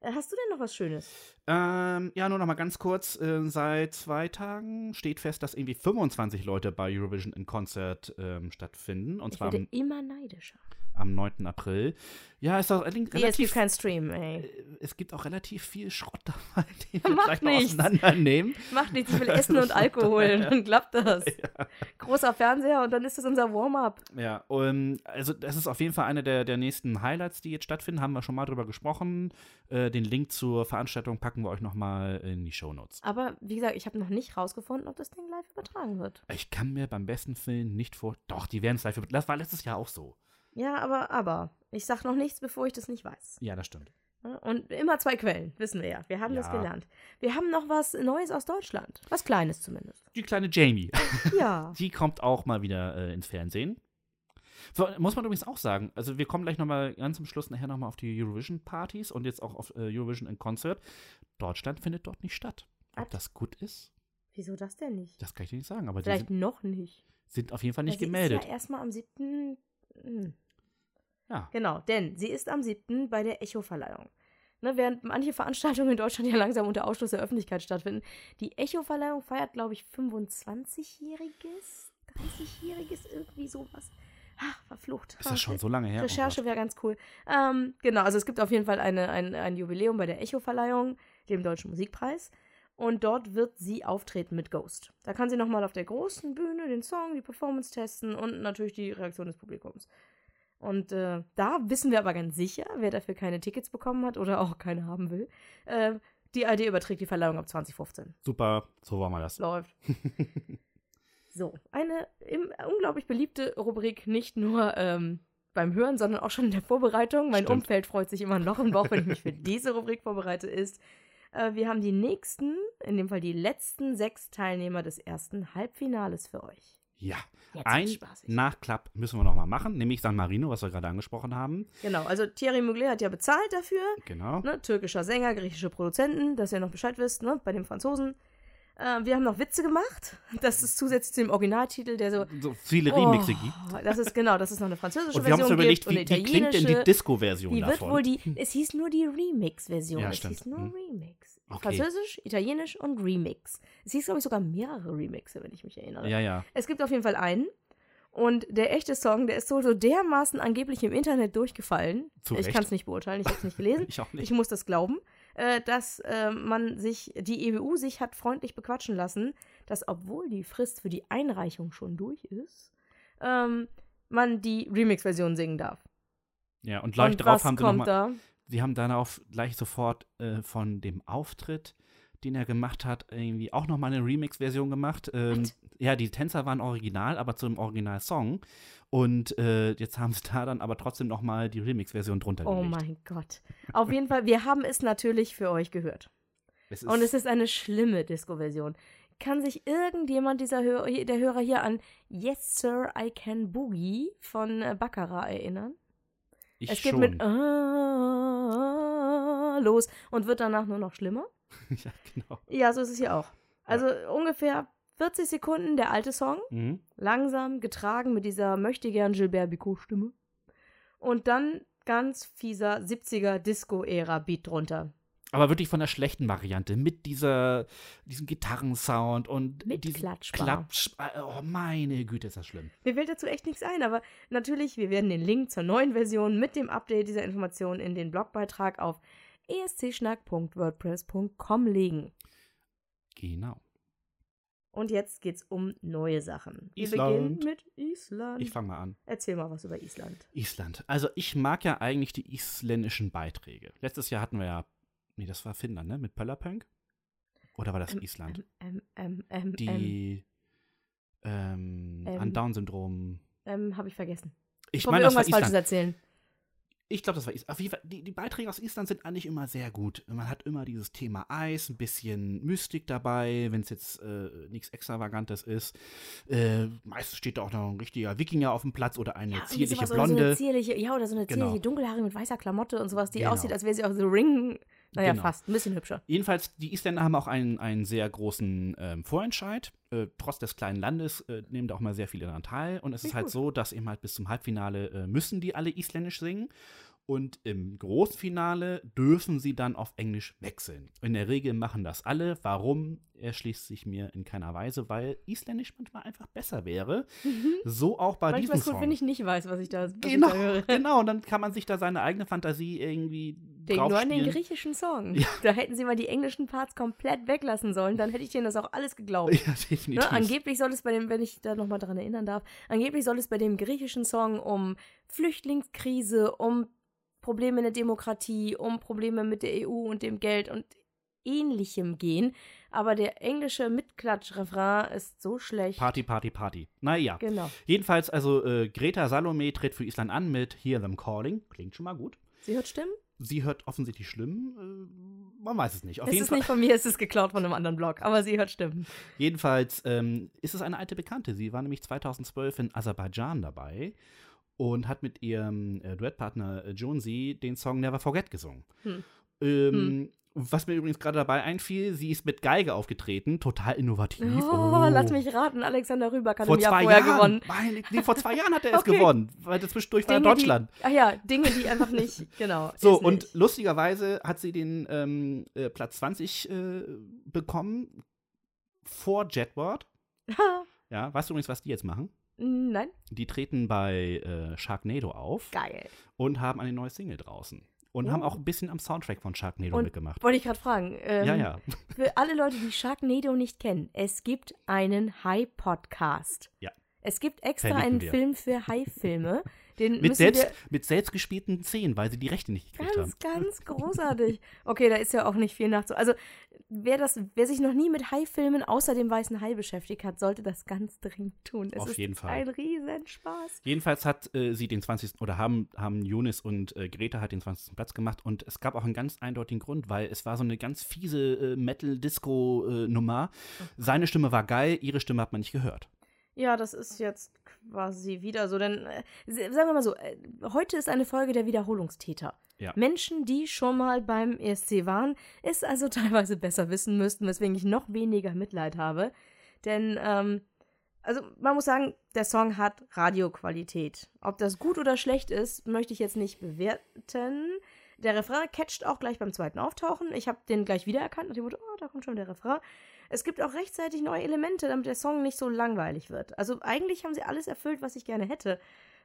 S4: Äh, Hast du denn noch was Schönes?
S3: Ähm, ja, nur noch mal ganz kurz. Äh, seit zwei Tagen steht fest, dass irgendwie 25 Leute bei Eurovision in Konzert ähm, stattfinden. Und
S4: Ich
S3: zwar
S4: werde
S3: am,
S4: immer neidischer.
S3: am 9. April. Ja, ist doch allerdings
S4: Nee, es gibt
S3: relativ.
S4: keinen Stream, ey.
S3: äh, es gibt auch relativ viel Schrott dabei, den wir
S4: Macht
S3: vielleicht noch
S4: nichts.
S3: auseinandernehmen.
S4: Macht nichts, ich will Essen und Alkohol, dann klappt das. Großer Fernseher und dann ist das unser Warm-up.
S3: Ja, ähm, also das ist auf jeden Fall eine der, der nächsten Highlights, die jetzt stattfinden. Haben wir schon mal drüber gesprochen. Äh, den Link zur Veranstaltung packen wir euch nochmal in die Shownotes.
S4: Aber wie gesagt, ich habe noch nicht rausgefunden, ob das Ding live übertragen wird.
S3: Ich kann mir beim besten Film nicht vor. Doch, die werden es live. Das war letztes Jahr auch so.
S4: Ja, aber, aber. Ich sag noch nichts, bevor ich das nicht weiß.
S3: Ja, das stimmt.
S4: Ne? Und immer zwei Quellen, wissen wir ja. Wir haben das
S3: Ja.
S4: gelernt. Wir haben noch was Neues aus Deutschland. Was Kleines zumindest.
S3: Die kleine Jamie,
S4: Ja.
S3: die kommt auch mal wieder äh, ins Fernsehen. So, muss man übrigens auch sagen, also wir kommen gleich nochmal ganz zum Schluss nachher nochmal auf die Eurovision-Partys und jetzt auch auf äh, Eurovision in Konzert. Deutschland findet dort nicht statt. Ob
S4: What?
S3: das gut ist,
S4: Wieso das denn nicht?
S3: das kann ich dir nicht sagen, aber die
S4: Vielleicht
S3: sind,
S4: noch nicht.
S3: sind auf jeden Fall
S4: Weil
S3: nicht
S4: sie
S3: gemeldet.
S4: Ist ja erstmal am 7. Hm.
S3: Ja.
S4: Genau, denn sie ist am 7. bei der Echo-Verleihung. Ne, während manche Veranstaltungen in Deutschland ja langsam unter Ausschluss der Öffentlichkeit stattfinden, die Echo-Verleihung feiert, glaube ich, 25-jähriges, 30-jähriges, irgendwie sowas. Ach, verflucht.
S3: Ist das schon so lange her?
S4: Ah,
S3: Oh
S4: Recherche wäre ganz cool. Ähm, genau, also es gibt auf jeden Fall eine, ein, ein Jubiläum bei der Echo-Verleihung, dem Deutschen Musikpreis. Und dort wird sie auftreten mit Ghost. Da kann sie nochmal auf der großen Bühne den Song, die Performance testen und natürlich die Reaktion des Publikums. Und äh, da wissen wir aber ganz sicher, wer dafür keine Tickets bekommen hat oder auch keine haben will. Äh, die ARD überträgt die Verleihung ab 2015.
S3: Oh Gott. Super, so wollen wir das.
S4: Läuft. so, eine im, unglaublich beliebte Rubrik, nicht nur ähm, beim Hören, sondern auch schon in der Vorbereitung. Mein
S3: Stimmt.
S4: Umfeld freut sich immer ein Loch im Bauch, wenn ich mich für diese Rubrik vorbereite, ist, äh, wir haben die nächsten, in dem Fall die letzten sechs Teilnehmer des ersten Halbfinales für euch.
S3: Ja,
S4: Jetzt
S3: ein
S4: wird's spaßig.
S3: Nachklapp müssen wir nochmal machen, nämlich San Marino, was wir gerade angesprochen haben.
S4: Genau, also Thierry Mugler hat ja bezahlt dafür.
S3: Genau.
S4: Ne? Türkischer Sänger, griechische Produzenten, dass ihr noch Bescheid wisst, ne? bei den Franzosen. Äh, wir haben noch Witze gemacht. Das ist zusätzlich zu dem Originaltitel, der so.
S3: So viele Remixe gibt.
S4: Das ist genau, das ist noch eine französische
S3: Und wir haben uns
S4: Oh. Version
S3: überlegt,
S4: gibt und
S3: wie,
S4: eine
S3: wie klingt denn die
S4: italienische.
S3: Disco-Version
S4: Die wird
S3: davon? Hm.
S4: wohl die. Es hieß nur die Remix-Version.
S3: Ja,
S4: es
S3: stimmt.
S4: hieß nur
S3: Hm.
S4: Remix.
S3: Okay.
S4: Französisch, Italienisch und Remix. Es hieß, glaube ich, sogar mehrere Remixe, wenn ich mich erinnere.
S3: ja, ja.
S4: Es gibt auf jeden Fall einen. Und der echte Song, der ist so, so dermaßen angeblich im Internet durchgefallen.
S3: Zu
S4: ich
S3: Recht.
S4: kann es nicht beurteilen, ich habe es nicht gelesen.
S3: Ich auch
S4: ich
S3: nicht.
S4: muss das glauben, äh, dass äh, man sich, die EU sich hat freundlich bequatschen lassen, dass obwohl die Frist für die Einreichung schon durch ist, ähm, man die Remix-Version singen darf.
S3: Ja, und gleich
S4: Und
S3: drauf
S4: was
S3: haben sie
S4: kommt
S3: nochmal.
S4: da?
S3: Sie haben darauf gleich sofort äh, von dem Auftritt, den er gemacht hat, irgendwie auch nochmal eine Remix-Version gemacht. Ähm,
S4: Was?
S3: ja, die Tänzer waren original, aber zu dem Original-Song. Und äh, jetzt haben sie da dann aber trotzdem nochmal die Remix-Version drunter
S4: Oh
S3: gelegt.
S4: mein Gott. Auf jeden Fall, wir haben es natürlich für euch gehört.
S3: Es ist,
S4: Und es ist eine schlimme Disco-Version. Kann sich irgendjemand dieser Hör der Hörer hier an Yes Sir I Can Boogie von äh, Baccarat erinnern?
S3: ich
S4: es geht
S3: schon.
S4: mit ah, los und wird danach nur noch schlimmer.
S3: ja, genau.
S4: Ja, so ist es hier auch. Also ungefähr 40 Sekunden der alte Song,
S3: Mhm.
S4: langsam getragen mit dieser möchte gern Gilbert Bicot Stimme und dann ganz fieser 70er Disco Ära Beat drunter.
S3: Aber wirklich von der schlechten Variante, mit dieser, diesem Gitarrensound und
S4: Mit
S3: diesem
S4: Klatschbar.
S3: Klatsch. Oh, meine Güte, ist das schlimm.
S4: Mir fällt dazu echt nichts ein, aber natürlich, wir werden den Link zur neuen Version mit dem Update dieser Informationen in den Blogbeitrag auf escschnack.wordpress.com legen.
S3: Genau.
S4: Und jetzt geht's um neue Sachen. Wir
S3: Island.
S4: beginnen mit Island.
S3: Ich fange mal an.
S4: Erzähl mal was über Island.
S3: Island. Also ich mag ja eigentlich die isländischen Beiträge. Letztes Jahr hatten wir ja, nee, das war Finnland, ne? Mit Pöllerpunk? Oder war das
S4: Ähm,
S3: Island?
S4: Ähm, ähm, ähm, ähm,
S3: die ähm,
S4: ähm.
S3: an Down-Syndrom.
S4: ähm, hab ich vergessen.
S3: Ich
S4: Wollen wir
S3: meine, das war
S4: irgendwas Falsches
S3: Island.
S4: erzählen?
S3: Ich glaube, das war Island. Auf jeden Fall, die, die Beiträge aus Island sind eigentlich immer sehr gut. Man hat immer dieses Thema Eis, ein bisschen Mystik dabei, wenn es jetzt äh, nichts Extravagantes ist. Äh, meistens steht da auch noch ein richtiger Wikinger auf dem Platz oder eine
S4: irgendwie
S3: zierliche
S4: sowas, oder So eine
S3: Blonde.
S4: zierliche, ja, oder so eine
S3: Genau.
S4: zierliche Dunkelhaarige mit weißer Klamotte und sowas, die
S3: Genau.
S4: aussieht, als wäre sie auf The Ring. Naja,
S3: Genau.
S4: fast. Ein bisschen hübscher.
S3: Jedenfalls, die Isländer haben auch einen, einen sehr großen ähm, Vorentscheid. Äh, trotz des kleinen Landes äh, nehmen da auch mal sehr viele daran teil. Und es
S4: Finde
S3: ist
S4: ich
S3: halt
S4: gut.
S3: so, dass eben halt bis zum Halbfinale äh, müssen die alle isländisch singen. Und im großen Finale dürfen sie dann auf Englisch wechseln. In der Regel machen das alle. Warum erschließt sich mir in keiner Weise, weil Isländisch manchmal einfach besser wäre. So auch bei
S4: Manchmal ist
S3: diesem
S4: gut, wenn
S3: Song.
S4: Mhm. ich nicht weiß, was ich da, was
S3: genau,
S4: ich da höre.
S3: genau. Und dann kann man sich da seine eigene Fantasie irgendwie
S4: Denk nur an den
S3: draufspielen.
S4: griechischen Song. Da hätten sie mal die englischen Parts komplett weglassen sollen, dann hätte ich denen das auch alles geglaubt.
S3: Ja,
S4: Ne?
S3: definitiv.
S4: Angeblich soll es bei dem, wenn ich da nochmal dran erinnern darf, angeblich soll es bei dem griechischen Song um Flüchtlingskrise, um Probleme in der Demokratie, um Probleme mit der EU und dem Geld und ähnlichem gehen. Aber der englische Mitklatsch-Refrain ist so schlecht.
S3: Party, Party, Party. Naja.
S4: Genau.
S3: Jedenfalls, also äh, Greta Salome tritt für Island an mit Hear Them Calling. Klingt schon mal gut.
S4: Sie hört Stimmen?
S3: Sie hört offensichtlich schlimm. Äh, man weiß es nicht. Auf
S4: es
S3: jeden
S4: ist
S3: Fall,
S4: nicht von mir, es ist geklaut von einem anderen Blog, aber sie hört Stimmen.
S3: jedenfalls ähm, ist es eine alte Bekannte. Sie war nämlich 2012 in Aserbaidschan dabei und hat mit ihrem äh, Duettpartner äh, Jonesy den Song Never Forget gesungen.
S4: Hm.
S3: Ähm, Was mir übrigens gerade dabei einfiel, sie ist mit Geige aufgetreten. Total innovativ.
S4: Oh, lass mich raten, Alexander Rüber hat
S3: vor
S4: im Jahr
S3: zwei
S4: vorher
S3: Jahren,
S4: gewonnen.
S3: Meine, nee, vor zwei Jahren hat er es
S4: Okay.
S3: gewonnen, weil zwischendurch war
S4: Dinge,
S3: Deutschland.
S4: Die, ah ja, Dinge, die einfach nicht, genau.
S3: So,
S4: ist
S3: und
S4: nicht.
S3: lustigerweise hat sie den ähm, äh, Platz 20 äh, bekommen vor Jetboard. Ja, weißt du übrigens, was die jetzt machen?
S4: Nein,
S3: Die treten bei äh, Sharknado auf
S4: geil.
S3: und haben eine neue Single draußen. Und haben
S4: Oh.
S3: auch ein bisschen am Soundtrack von Sharknado
S4: Und-
S3: mitgemacht.
S4: Wollte ich gerade fragen. Ähm,
S3: ja, ja.
S4: Für alle Leute, die Sharknado nicht kennen, es gibt einen High-Podcast.
S3: Ja.
S4: Es gibt extra
S3: Verlinken
S4: einen
S3: wir.
S4: Film für High-Filme. Den
S3: Mit,
S4: müssen
S3: selbst,
S4: wir
S3: mit selbstgespielten Zehen, weil sie die Rechte nicht gekriegt haben.
S4: Ganz, ganz großartig. Okay, da ist ja auch nicht viel nachzu. Also, wer, das, wer sich noch nie mit Hai-Filmen außer dem Weißen Hai beschäftigt hat, sollte das ganz dringend tun. Es
S3: Auf
S4: ist
S3: jeden Fall.
S4: ein Riesenspaß.
S3: Jedenfalls hat äh, sie den 20. oder haben, haben Jonas und äh, Greta hat den 20. Platz gemacht und es gab auch einen ganz eindeutigen Grund, weil es war so eine ganz fiese äh, Metal-Disco-Nummer. Seine Stimme war geil, ihre Stimme hat man nicht gehört.
S4: Ja, das ist jetzt quasi wieder so, denn äh, s- sagen wir mal so, äh, heute ist eine Folge der Wiederholungstäter.
S3: Ja.
S4: Menschen, die schon mal beim ESC waren, es also teilweise besser wissen müssten, weswegen ich noch weniger Mitleid habe. Denn, ähm, also man muss sagen, der Song hat Radioqualität. Ob das gut oder schlecht ist, möchte ich jetzt nicht bewerten. Der Refrain catcht auch gleich beim zweiten Auftauchen. Ich habe den gleich wiedererkannt und dem Motto, oh, da kommt schon der Refrain. Es gibt auch rechtzeitig neue Elemente, damit der Song nicht so langweilig wird. Also eigentlich haben sie alles erfüllt, was ich gerne hätte.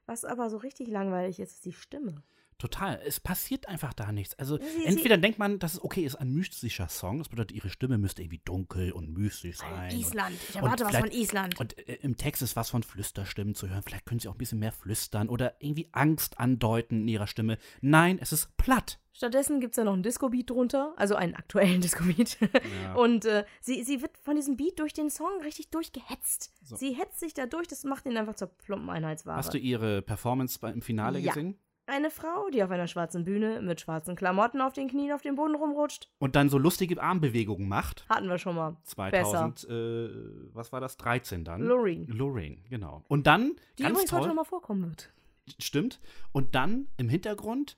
S4: Was aber so richtig langweilig ist, ist die Stimme.
S3: Total. Es passiert einfach da nichts. Also
S4: Sie- sie-
S3: entweder denkt man, dass es okay ist, ein mystischer Song. Das bedeutet, ihre Stimme müsste irgendwie dunkel und mystisch sein.
S4: Island. Ich
S3: und
S4: erwarte was von
S3: vielleicht-
S4: Island.
S3: Und äh, im Text ist was von Flüsterstimmen zu hören. Vielleicht können sie auch ein bisschen mehr flüstern oder irgendwie Angst andeuten in ihrer Stimme. Nein, es ist platt.
S4: Stattdessen gibt es da noch einen Disco-Beat drunter, also einen aktuellen Disco-Beat. Und äh, sie, sie wird von diesem Beat durch den Song richtig durchgehetzt.
S3: So.
S4: Sie hetzt sich da durch, das macht ihn einfach zur plumpen Einheitsware.
S3: Hast du ihre Performance bei- im Finale
S4: Ja.
S3: gesehen?
S4: Eine Frau, die auf einer schwarzen Bühne mit schwarzen Klamotten auf den Knien auf dem Boden rumrutscht,
S3: Und dann so lustige Armbewegungen macht.
S4: hatten wir schon mal.
S3: 2000, äh, was war das? 13 dann?
S4: Lorraine.
S3: Lorraine, genau. Und dann,
S4: Die
S3: ganz
S4: übrigens heute
S3: toll,
S4: nochmal vorkommen wird.
S3: stimmt. Und dann im Hintergrund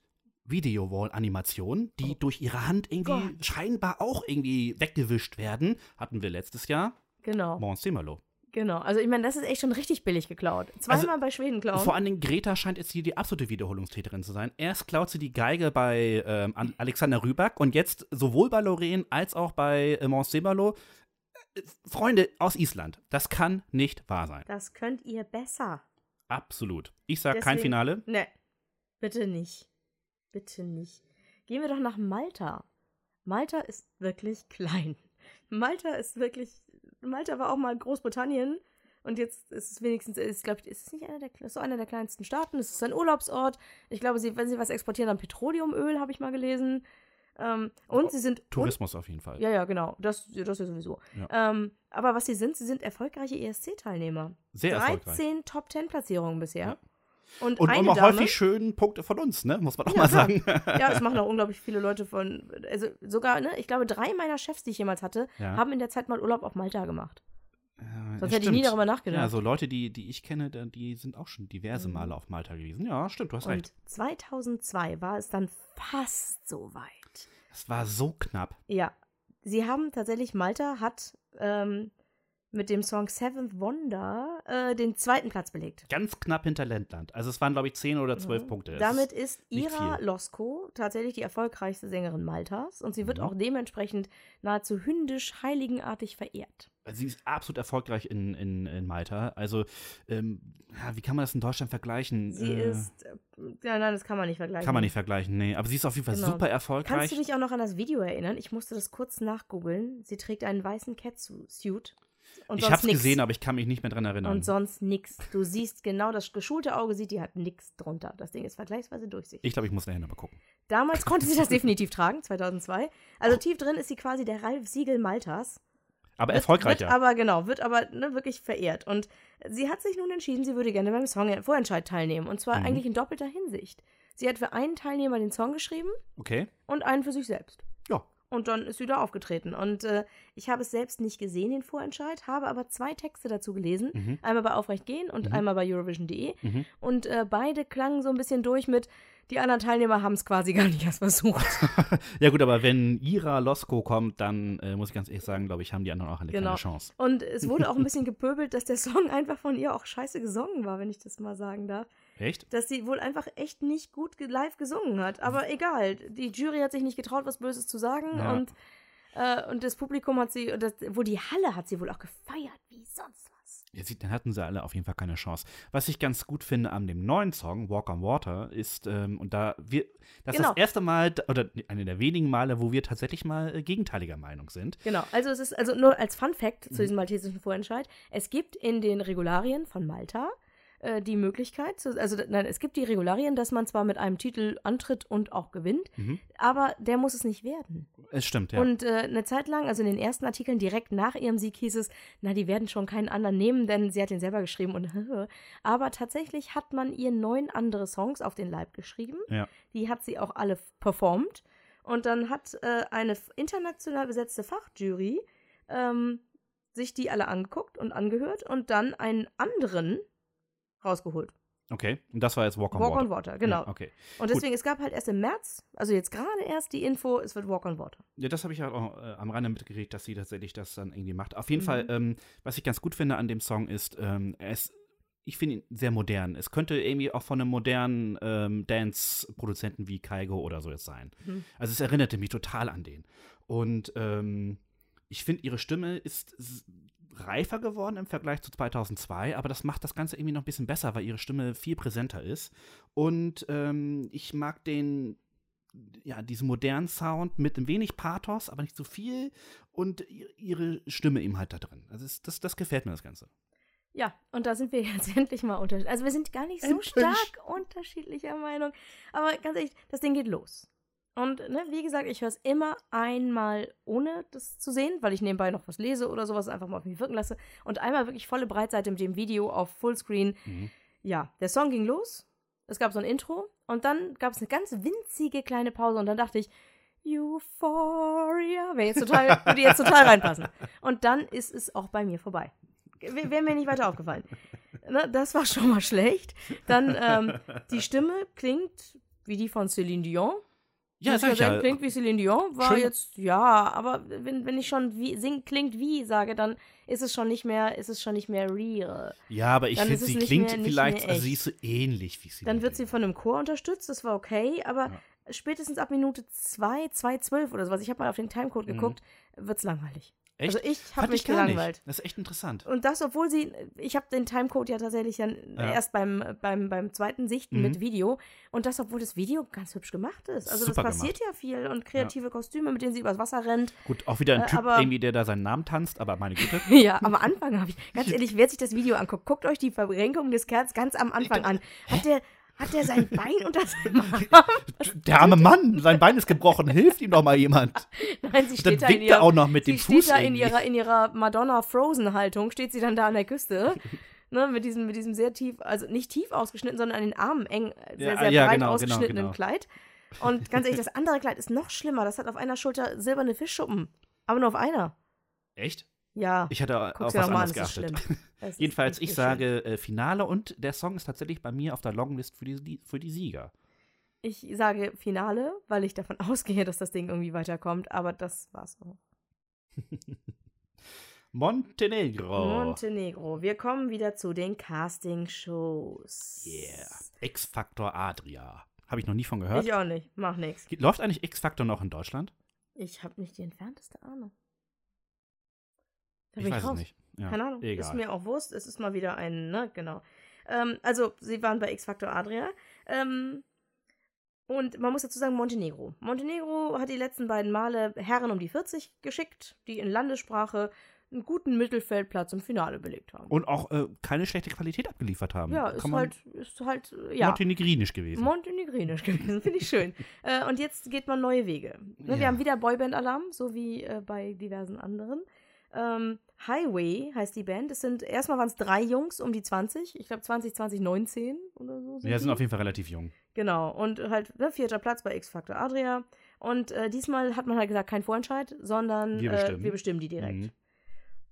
S3: Video-Wall-Animationen, die
S4: Oh
S3: durch ihre Hand irgendwie scheinbar auch irgendwie weggewischt werden. Hatten wir letztes Jahr.
S4: Genau.
S3: Mons Simalo.
S4: Genau, also ich meine, das ist echt schon richtig billig geklaut. Zweimal bei Schweden klauen.
S3: Also, Vor allen Dingen, Greta scheint jetzt hier die absolute Wiederholungstäterin zu sein. Erst klaut sie die Geige bei ähm, An- Alexander Rüback und jetzt sowohl bei Lorraine als auch bei äh, Mons Simalo. Äh, Freunde aus Island, das kann nicht wahr sein.
S4: das könnt ihr besser.
S3: Absolut. Ich sag kein
S4: Deswegen-
S3: Finale.
S4: Ne, bitte nicht. Bitte nicht. Gehen wir doch nach Malta. Malta ist wirklich klein. Malta ist wirklich. Malta war auch mal Großbritannien. Und jetzt ist es wenigstens, ist, glaub ich, ist es nicht einer der, ist so einer der kleinsten Staaten. Es ist ein Urlaubsort. Ich glaube, sie, wenn sie was exportieren, dann Petroleumöl, habe ich mal gelesen. Ähm, und sie sind un-
S3: Tourismus auf jeden Fall.
S4: Ja, ja, genau. Das, das ja sowieso. Ähm, aber was sie sind, sie sind erfolgreiche E ESC-Teilnehmer.
S3: Sehr erfolgreich.
S4: 13 Top-10-Platzierungen bisher.
S3: Ja.
S4: Und,
S3: Und,
S4: eine
S3: und auch
S4: Dame,
S3: häufig schönen Punkte von uns, ne? Muss man auch
S4: Ja,
S3: mal
S4: klar.
S3: sagen.
S4: ja, es machen auch unglaublich viele Leute von, also sogar, ne, ich glaube, drei meiner Chefs, die ich jemals hatte,
S3: Ja.
S4: haben in der Zeit mal Urlaub auf Malta gemacht.
S3: Ja,
S4: Sonst hätte ich nie
S3: stimmt.
S4: darüber nachgedacht. Mhm.
S3: Ja, so Leute, die, die ich kenne, da- die sind auch schon diverse Male auf Malta gewesen. Ja, stimmt, du hast recht.
S4: Und 2002 war es dann fast so weit.
S3: Es war so knapp.
S4: Ja, sie haben tatsächlich, Malta hat ähm, mit dem Song Seventh Wonder äh, den zweiten Platz belegt.
S3: Ganz knapp hinter Ländland. Also es waren, glaube ich, zehn oder zwölf
S4: Mhm.
S3: Punkte. Es
S4: Damit
S3: ist,
S4: ist
S3: nicht
S4: Ira
S3: viel.
S4: Losko tatsächlich die erfolgreichste Sängerin Maltas und sie wird
S3: Mhm.
S4: auch dementsprechend nahezu hündisch, heiligenartig verehrt.
S3: also sie ist absolut erfolgreich in, in, in Malta. Also, ähm, ja, wie kann man das in Deutschland vergleichen?
S4: Sie
S3: Äh,
S4: ist. Äh, ja, nein, das kann man nicht vergleichen.
S3: Kann man nicht vergleichen, nee. Aber sie ist auf jeden Fall
S4: Genau.
S3: super erfolgreich.
S4: Kannst du dich auch noch an das Video erinnern? Ich musste das kurz nachgoogeln. Sie trägt einen weißen Catsuit. Und
S3: ich
S4: sonst
S3: hab's
S4: nix.
S3: gesehen, aber ich kann mich nicht mehr dran erinnern.
S4: Und sonst nix. Du siehst genau, das geschulte Auge sieht, die hat nix drunter. Das Ding ist vergleichsweise durchsichtig.
S3: ich glaube, ich muss nachher nochmal gucken.
S4: Damals konnte sie das definitiv tragen, 2002. Also tief drin ist sie quasi der Ralf Siegel Maltas.
S3: Aber
S4: Wird-
S3: erfolgreicher.
S4: Wird aber genau, wird aber ne, wirklich verehrt. Und sie hat sich nun entschieden, sie würde gerne beim Song äh, Vorentscheid teilnehmen. Und zwar
S3: Mhm.
S4: eigentlich in doppelter Hinsicht. Sie hat für einen Teilnehmer den Song geschrieben
S3: okay.
S4: und einen für sich selbst.
S3: Ja.
S4: Und dann ist sie da aufgetreten. Und äh, ich habe es selbst nicht gesehen, den Vorentscheid, habe aber zwei Texte dazu gelesen.
S3: Mhm.
S4: Einmal bei Aufrecht gehen und
S3: Mhm.
S4: einmal bei Eurovision.de.
S3: Mhm.
S4: Und äh, beide klangen so ein bisschen durch mit, die anderen Teilnehmer haben es quasi gar nicht erst versucht.
S3: Ja gut, aber wenn Ira Losko kommt, dann äh, muss ich ganz ehrlich sagen, glaube ich, haben die anderen auch eine
S4: Genau.
S3: kleine Chance.
S4: Und es wurde auch ein bisschen gepöbelt, dass der Song einfach von ihr auch scheiße gesungen war, wenn ich das mal sagen darf.
S3: Echt?
S4: dass sie wohl einfach echt nicht gut ge- live gesungen hat. Aber egal, die Jury hat sich nicht getraut, was Böses zu sagen
S3: Ja.
S4: und, äh, und das Publikum hat sie, und das, wo die Halle hat sie wohl auch gefeiert, wie sonst was.
S3: Ja, sie, dann hatten sie alle auf jeden Fall keine Chance. Was ich ganz gut finde an dem neuen Song, Walk on Water, ist, ähm, und da wir, das ist
S4: Genau.
S3: das erste Mal, d- oder eine der wenigen Male, wo wir tatsächlich mal äh, gegenteiliger Meinung sind.
S4: Genau, also es ist, also nur als Fun Fact zu diesem maltesischen Vorentscheid, es gibt in den Regularien von Malta äh, die Möglichkeit, zu, also nein, es gibt die Regularien, dass man zwar mit einem Titel antritt und auch gewinnt,
S3: Mhm.
S4: aber der muss es nicht werden.
S3: Es stimmt, ja.
S4: Und äh, eine Zeit lang, also in den ersten Artikeln direkt nach ihrem Sieg hieß es, na, die werden schon keinen anderen nehmen, denn sie hat den selber geschrieben und aber tatsächlich hat man ihr neun andere Songs auf den Leib geschrieben.
S3: Ja.
S4: Die hat sie auch alle performt. Und dann hat äh, eine f- international besetzte Fachjury ähm, sich die alle angeguckt und angehört und dann einen anderen rausgeholt.
S3: Okay. Und das war jetzt Walk on
S4: Walk
S3: Water.
S4: on Water, genau.
S3: Ja, okay.
S4: Und deswegen, es gab halt erst im März, also jetzt gerade erst die Info, es wird Walk on Water.
S3: Ja, das habe ich halt auch äh, am Rande mitgekriegt, dass sie tatsächlich das dann irgendwie macht. Auf jeden
S4: Mhm.
S3: Fall, ähm, was ich ganz gut finde an dem Song ist, ähm, er ist, ich finde ihn sehr modern. Es könnte irgendwie auch von einem modernen ähm, Dance-Produzenten wie Kaigo oder so jetzt sein.
S4: Mhm.
S3: Also es erinnerte mich total an den. Und ähm, ich finde, ihre Stimme ist s- reifer geworden im Vergleich zu 2002, aber das macht das Ganze irgendwie noch ein bisschen besser, weil ihre Stimme viel präsenter ist. Und ähm, ich mag den, ja, diesen modernen Sound mit ein wenig Pathos, aber nicht zu viel und i- ihre Stimme eben halt da drin. Also es, das, das gefällt mir das Ganze.
S4: Ja, und da sind wir jetzt endlich mal unterschiedlich. Also wir sind gar nicht so
S3: Endlich.
S4: stark unterschiedlicher Meinung. Aber ganz ehrlich, das Ding geht los. Und ne, wie gesagt, ich höre es immer einmal ohne das zu sehen, weil ich nebenbei noch was lese oder sowas einfach mal auf mich wirken lasse. Und einmal wirklich volle Breitseite mit dem Video auf Fullscreen.
S3: Mhm.
S4: Ja, der Song ging los. Es gab so ein Intro und dann gab es eine ganz winzige kleine Pause und dann dachte ich, Euphoria wäre jetzt total, würde jetzt total reinpassen. Und dann ist es auch bei mir vorbei. W- Wäre mir nicht weiter aufgefallen. Ne, das war schon mal schlecht. Dann, ähm, die Stimme klingt wie die von Celine Dion.
S3: Ja,
S4: Muss
S3: sag
S4: man
S3: ich
S4: sagen,
S3: ja.
S4: Klingt wie Celine Dion, war
S3: Schön.
S4: jetzt, ja, aber wenn, wenn ich schon wie, sing, klingt wie sage, dann ist es schon nicht mehr, ist es schon nicht mehr real.
S3: Ja, aber ich
S4: Dann
S3: finde,
S4: ist es
S3: sie
S4: nicht
S3: klingt
S4: mehr- nicht
S3: vielleicht,
S4: mehr
S3: also sie
S4: echt.
S3: ist so ähnlich wie sie.
S4: Dann wird sie von einem Chor unterstützt, das war okay, aber
S3: Ja.
S4: spätestens ab Minute 2, 2,12 oder sowas, ich habe mal auf den Timecode geguckt, wird's langweilig.
S3: Mhm. Echt?
S4: Also ich habe
S3: Fand
S4: mich
S3: ich gar
S4: gelangweilt.
S3: nicht. Das ist echt interessant.
S4: Und das, obwohl sie, ich habe den Timecode ja tatsächlich dann
S3: Ja.
S4: erst beim, beim, beim zweiten Sichten
S3: Mhm.
S4: mit Video. Und das, obwohl das Video ganz hübsch gemacht ist. Also
S3: Super
S4: das passiert ja viel und kreative Kostüme, mit denen sie übers Wasser rennt.
S3: Gut, auch wieder ein
S4: Äh,
S3: Typ,
S4: aber-
S3: irgendwie, der da seinen Namen tanzt, aber meine Güte.
S4: Ja, am Anfang habe ich, ganz ehrlich, wer sich das Video anguckt, guckt euch die Verrenkung des Kerls ganz am Anfang an. Hat der, hat der sein Bein unter seinem Arm?
S3: Der arme Mann, sein Bein ist gebrochen, hilft ihm doch mal jemand.
S4: Nein, sie
S3: Dann
S4: steht da in
S3: winkt er
S4: ihrer,
S3: auch noch mit
S4: sie
S3: dem
S4: steht
S3: Fuß
S4: da in
S3: irgendwie.
S4: ihrer, in ihrer Madonna-Frozen-Haltung, steht sie dann da an der Küste. Ne, mit, diesem, mit diesem sehr tief, also nicht tief ausgeschnitten, sondern an den Armen eng, äh, sehr,
S3: Ja,
S4: sehr
S3: ja,
S4: breit
S3: genau, genau,
S4: ausgeschnittenen
S3: genau.
S4: Kleid. Und ganz ehrlich, das andere Kleid ist noch schlimmer. Das hat auf einer Schulter silberne Fischschuppen. Aber nur auf einer.
S3: Echt?
S4: Ja.
S3: Ich hatte
S4: Guck's
S3: auf
S4: dir
S3: was
S4: doch mal an,
S3: anderes
S4: das ist schlimm.
S3: geachtet.
S4: Das ist
S3: Jedenfalls,
S4: nicht
S3: ich
S4: so schön.
S3: sage äh, Finale und der Song ist tatsächlich bei mir auf der Longlist für die, für die Sieger.
S4: Ich sage Finale, weil ich davon ausgehe, dass das Ding irgendwie weiterkommt. Aber das war's auch.
S3: Montenegro.
S4: Montenegro. Wir kommen wieder zu den Casting-Shows.
S3: yeah. X-Factor Adria. Habe ich noch nie von gehört.
S4: Ich auch nicht. Mach nix.
S3: Läuft eigentlich X-Factor noch in Deutschland?
S4: Ich habe nicht die entfernteste Ahnung. Da
S3: Ich
S4: bin
S3: weiß
S4: raus.
S3: es nicht. Ja,
S4: Keine Ahnung.
S3: Egal.
S4: Ist mir auch Wurst. Es ist mal wieder ein, ne, genau. Ähm, also, sie waren bei X-Factor Adria. Ähm, und man muss dazu sagen, Montenegro. Montenegro hat die letzten beiden Male Herren um die 40 geschickt, die in Landessprache einen guten Mittelfeldplatz im Finale belegt haben.
S3: und auch äh, keine schlechte Qualität abgeliefert haben.
S4: ja,
S3: Kann
S4: ist
S3: man-
S4: halt, ist halt, äh, ja.
S3: montenegrinisch gewesen.
S4: Montenegrinisch gewesen, finde ich schön. äh, und jetzt geht man neue Wege. Ne, Wir
S3: Ja.
S4: haben wieder Boyband-Alarm, so wie äh, bei diversen anderen. Ähm, Highway heißt die Band. Es sind, erstmal waren es drei Jungs um die 20. Ich glaube 20, 20, 19 oder so.
S3: ja, sind
S4: die.
S3: auf jeden Fall relativ jung.
S4: Genau. Und halt ne, vierter Platz bei X-Factor Adria. Und äh, diesmal hat man halt gesagt, kein Vorentscheid, sondern
S3: Wir
S4: Äh,
S3: bestimmen.
S4: wir bestimmen die direkt.
S3: Mhm.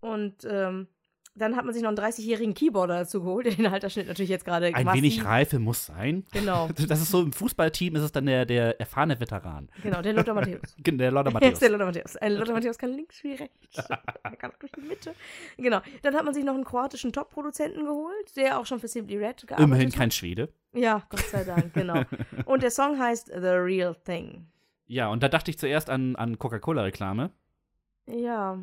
S4: Und ähm, dann hat man sich noch einen 30-jährigen Keyboarder dazu geholt, den Halterschnitt natürlich jetzt gerade
S3: Ein
S4: massiv-
S3: wenig Reife muss sein.
S4: Genau,
S3: Das ist so, im Fußballteam ist es dann der, der erfahrene Veteran.
S4: genau, der Lothar Matthäus.
S3: Der Lauder
S4: Er ist
S3: Matthäus.
S4: der Lothar Matthäus. Ein Lothar Matthäus kann links wie rechts. Er kann auch durch die Mitte. Genau. Dann hat man sich noch einen kroatischen Top-Produzenten geholt, der auch schon für Simply Red gearbeitet
S3: Immerhin
S4: hat.
S3: kein Schwede.
S4: Ja, Gott sei Dank, genau. Und der Song heißt The Real Thing.
S3: Ja, und da dachte ich zuerst an, an Coca-Cola-Reklame,
S4: Ja.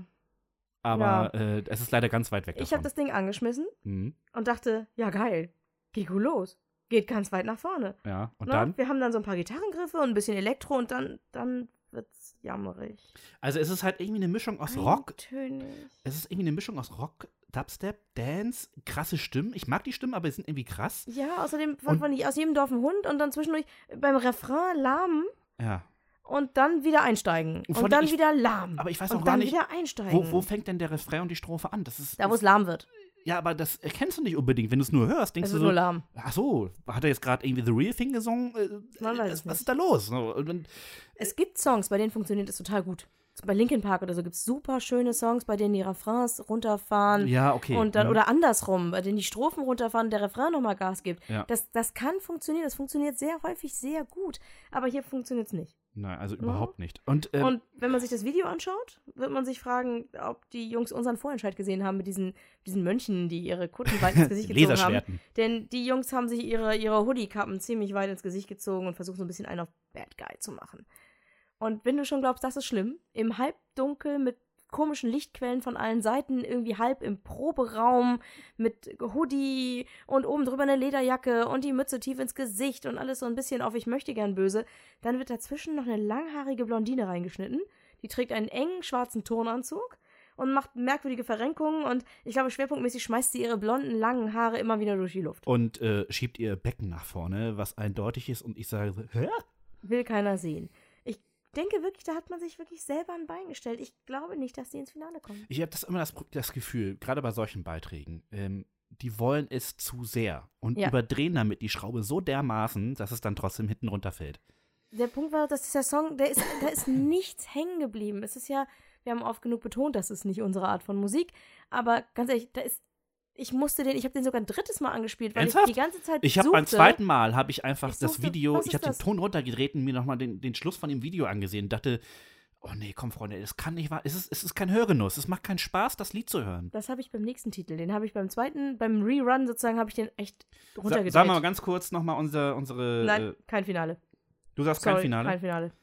S3: aber äh, es ist leider ganz weit weg.
S4: Ich habe
S3: davon.
S4: das Ding angeschmissen
S3: Mhm,
S4: und dachte, ja geil, geh gut los. Geht ganz weit nach vorne.
S3: ja, und
S4: Na,
S3: dann?
S4: Wir haben dann so ein paar Gitarrengriffe und ein bisschen Elektro und dann, dann wird's jammerig.
S3: Also, es ist halt irgendwie eine Mischung aus Rock.
S4: Eintönig.
S3: Es ist irgendwie eine Mischung aus Rock, Dubstep, Dance, krasse Stimmen. Ich mag die Stimmen, aber die sind irgendwie krass.
S4: Ja, außerdem fand man nicht aus jedem Dorf einen Hund und dann zwischendurch beim Refrain lahm
S3: Ja.
S4: und dann wieder einsteigen.
S3: von-
S4: Und dann
S3: ich-
S4: wieder lahm.
S3: aber ich weiß
S4: und
S3: auch gar
S4: dann
S3: nicht,
S4: wieder einsteigen.
S3: Wo, wo fängt denn der Refrain und die Strophe an? Das ist.
S4: da, wo es lahm wird.
S3: ja, aber das erkennst du nicht unbedingt. Wenn du es nur hörst, denkst
S4: Es
S3: du
S4: ist Also
S3: so.
S4: nur lahm.
S3: Ach so, hat er jetzt gerade irgendwie The Real Thing gesungen? Äh,
S4: Man weiß
S3: was,
S4: es
S3: was
S4: nicht.
S3: ist da los? So, Und, und,
S4: Es gibt Songs, bei denen funktioniert das total gut. Bei Linkin Park oder so gibt es super schöne Songs, bei denen die Refrains runterfahren.
S3: ja, okay.
S4: Und dann,
S3: Mhm.
S4: oder andersrum, bei denen die Strophen runterfahren, der Refrain nochmal Gas gibt.
S3: Ja.
S4: Das, das kann funktionieren. Das funktioniert sehr häufig sehr gut. Aber hier funktioniert es nicht.
S3: Nein, also überhaupt nicht. Und, ähm,
S4: Hm? Und wenn man sich das Video anschaut, wird man sich fragen, ob die Jungs unseren Vorentscheid gesehen haben mit diesen, diesen Mönchen, die ihre Kutten weit ins Gesicht gezogen haben.
S3: Laserschwerten.
S4: Denn die Jungs haben sich ihre, ihre Hoodie-Kappen ziemlich weit ins Gesicht gezogen und versucht so ein bisschen einen auf Bad Guy zu machen. Und wenn du schon glaubst, das ist schlimm, im Halbdunkel mit komischen Lichtquellen von allen Seiten, irgendwie halb im Proberaum mit Hoodie und oben drüber eine Lederjacke und die Mütze tief ins Gesicht und alles so ein bisschen auf Ich möchte gern böse, dann wird dazwischen noch eine langhaarige Blondine reingeschnitten. Die trägt einen engen schwarzen Turnanzug und macht merkwürdige Verrenkungen und ich glaube, schwerpunktmäßig schmeißt sie ihre blonden, langen Haare immer wieder durch die Luft.
S3: Und äh, schiebt ihr Becken nach vorne, was eindeutig ist. Und ich sage, so, hä?
S4: Will keiner sehen. Ich denke wirklich, da hat man sich wirklich selber ein Bein gestellt. Ich glaube nicht, dass die ins Finale kommen.
S3: Ich habe das immer das, Pro- das Gefühl, gerade bei solchen Beiträgen, ähm, die wollen es zu sehr und
S4: Ja.
S3: überdrehen damit die Schraube so dermaßen, dass es dann trotzdem hinten runterfällt.
S4: Der Punkt war, dass dieser Song, der ist, da ist nichts hängen geblieben. Es ist ja, wir haben oft genug betont, das ist nicht unsere Art von Musik, aber ganz ehrlich, da ist, ich musste den, ich habe den sogar ein drittes Mal angespielt, weil
S3: Ernsthaft?
S4: ich die ganze Zeit
S3: Ich habe
S4: suchte.
S3: beim zweiten Mal habe ich einfach
S4: Ich
S3: das
S4: suchte-
S3: Video,
S4: was
S3: ich
S4: ist
S3: habe den
S4: das?
S3: Ton runtergedreht und mir nochmal den, den Schluss von dem Video angesehen und dachte, oh nee, komm Freunde, das kann nicht wahr, es ist, es ist kein Hörgenuss, es macht keinen Spaß, das Lied zu hören.
S4: Das habe ich beim nächsten Titel, den habe ich beim zweiten, beim Rerun sozusagen, habe ich den echt
S3: Sa
S4: runtergedreht.
S3: sagen wir mal ganz kurz nochmal unsere, unsere äh,
S4: Nein, kein Finale.
S3: du sagst
S4: Sorry,
S3: kein Finale,
S4: Kein Finale. Bin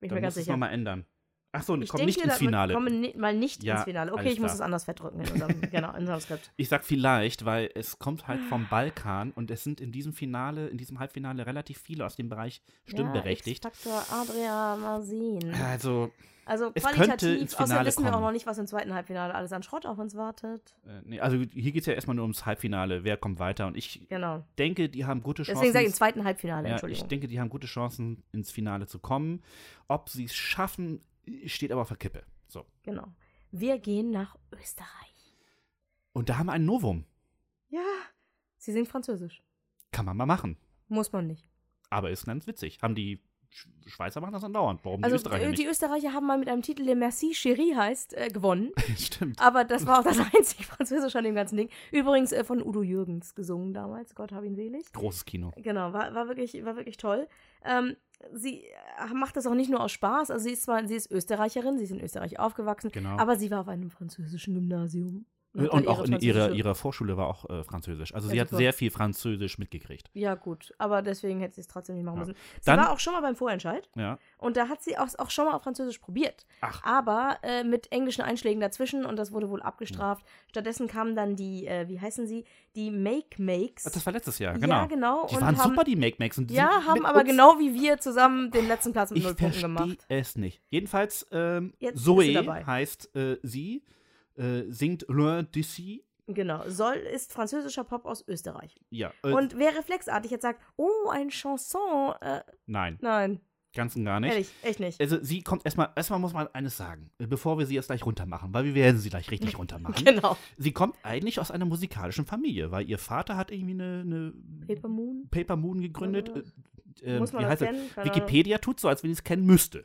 S4: ich
S3: dann
S4: mir ganz
S3: musst du es
S4: sicher.
S3: nochmal ändern. Ach so,
S4: Ich
S3: komm nicht
S4: denke,
S3: ins
S4: damit
S3: Finale.
S4: Kommen ni mal nicht
S3: Ja,
S4: ins Finale. Okay,
S3: alles
S4: ich muss
S3: klar.
S4: es anders verdrücken in unserem, genau, in unserem Skript.
S3: Ich sag vielleicht, weil es kommt halt vom Balkan und es sind in diesem Finale, in diesem Halbfinale relativ viele aus dem Bereich stimmberechtigt.
S4: Ja, X-Faktor Adria Masin.
S3: also,
S4: Also
S3: es könnte
S4: qualitativ,
S3: ins
S4: außerdem
S3: Finale
S4: wissen wir auch
S3: kommen.
S4: noch nicht, was im zweiten Halbfinale alles an Schrott auf uns wartet.
S3: äh, nee, also hier geht es ja erstmal nur ums Halbfinale, wer kommt weiter. Und ich
S4: Genau.
S3: denke, die haben gute Chancen.
S4: Deswegen sage ich im zweiten Halbfinale,
S3: ja, ich
S4: Entschuldigung.
S3: denke, die haben gute Chancen, ins Finale zu kommen. Ob sie es schaffen, steht aber auf der Kippe. So.
S4: genau. Wir gehen nach Österreich.
S3: Und da haben wir ein Novum.
S4: Ja. Sie singt Französisch.
S3: Kann man mal machen.
S4: Muss man nicht.
S3: Aber ist ganz witzig. Haben die Sch Schweizer machen das andauernd. Warum
S4: Also
S3: die Österreicher
S4: äh, die Österreicher haben mal mit einem Titel, der Merci Chérie heißt, äh, gewonnen.
S3: nicht? Stimmt.
S4: Aber das war auch das einzige Französische an dem ganzen Ding. Übrigens äh, von Udo Jürgens gesungen damals. Gott hab ihn selig.
S3: Großes Kino.
S4: Genau, war, war, wirklich, war wirklich toll. Ähm, sie äh, macht das auch nicht nur aus Spaß. Also sie ist zwar, sie ist Österreicherin, sie ist in Österreich aufgewachsen,
S3: Genau.
S4: aber sie war auf einem französischen Gymnasium. hat
S3: Äh, Und
S4: da
S3: auch in ihrer,
S4: französische-
S3: ihrer Vorschule war auch äh, Französisch. Also
S4: Ja,
S3: sie hat
S4: super.
S3: sehr viel Französisch mitgekriegt.
S4: Ja, gut, aber deswegen hätte sie es trotzdem nicht machen
S3: Ja.
S4: müssen. Sie
S3: Dann-
S4: war auch schon mal beim Vorentscheid
S3: Ja.
S4: und da hat sie auch, auch schon mal auf Französisch probiert.
S3: Ach.
S4: Aber äh, mit englischen Einschlägen dazwischen und das wurde wohl abgestraft.
S3: Hm.
S4: Stattdessen kamen dann die, äh, wie heißen sie, die Make-Makes.
S3: Das war letztes Jahr, genau.
S4: Ja, genau.
S3: Die
S4: und
S3: waren
S4: haben,
S3: super, die Make-Makes. und die
S4: Ja,
S3: sind
S4: haben
S3: mit
S4: aber
S3: uns-
S4: genau wie wir zusammen den letzten Platz mit
S3: Ich
S4: null Punkten
S3: verstehe
S4: gemacht.
S3: es nicht. Jedenfalls, ähm,
S4: Jetzt ist sie
S3: Zoe
S4: dabei.
S3: heißt äh, sie, äh, singt Le d'ici.
S4: Genau. Soll ist französischer Pop aus Österreich.
S3: Ja, äh,
S4: Und wer reflexartig jetzt sagt, oh, ein Chanson, äh,
S3: nein,
S4: nein,
S3: ganz und gar nicht.
S4: ehrlich, echt nicht.
S3: Also sie kommt erstmal, erstmal muss man eines sagen, äh, bevor wir sie jetzt gleich runtermachen, weil wir werden sie gleich richtig runtermachen.
S4: Genau.
S3: Sie kommt eigentlich aus einer musikalischen Familie, weil ihr Vater hat irgendwie eine, eine
S4: Paper Moon.
S3: Paper Moon gegründet. Äh, äh,
S4: Muss man
S3: wie
S4: das
S3: heißt das?
S4: kennen? Keine Ahnung.
S3: Wikipedia tut so, als wenn ich es kennen müsste.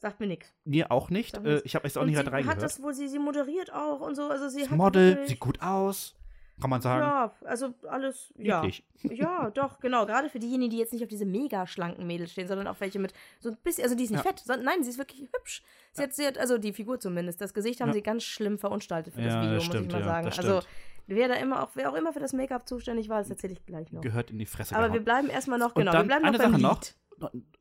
S4: Sagt mir nichts.
S3: Mir auch nicht.
S4: Doch
S3: Äh,
S4: nicht.
S3: ich habe jetzt auch
S4: Und
S3: nicht
S4: sie
S3: halt reingehört.
S4: hat das wohl, sie, sie moderiert auch und so. Also sie
S3: das
S4: hat
S3: Model
S4: wirklich-
S3: sieht gut aus, kann man sagen.
S4: Ja, also alles, ja.
S3: Wirklich.
S4: Ja, doch, genau. Gerade für diejenigen, die jetzt nicht auf diese mega schlanken Mädels stehen, sondern auf welche mit so ein bisschen, also die ist nicht
S3: Ja.
S4: fett, sondern nein, sie ist wirklich hübsch. Sie hat, sie hat, also die Figur zumindest, das Gesicht haben
S3: Ja.
S4: sie ganz schlimm verunstaltet für
S3: Ja,
S4: das Video, muss
S3: das stimmt,
S4: ich mal
S3: ja,
S4: sagen.
S3: das
S4: Also
S3: stimmt.
S4: wer da immer auch, wer auch immer für das Make-up zuständig war, das erzähle ich gleich noch.
S3: Gehört in die Fresse.
S4: Aber wir
S3: gehauen.
S4: bleiben erstmal noch,
S3: Und
S4: genau,
S3: dann
S4: wir bleiben
S3: eine
S4: noch beim
S3: Sache noch.
S4: Lied.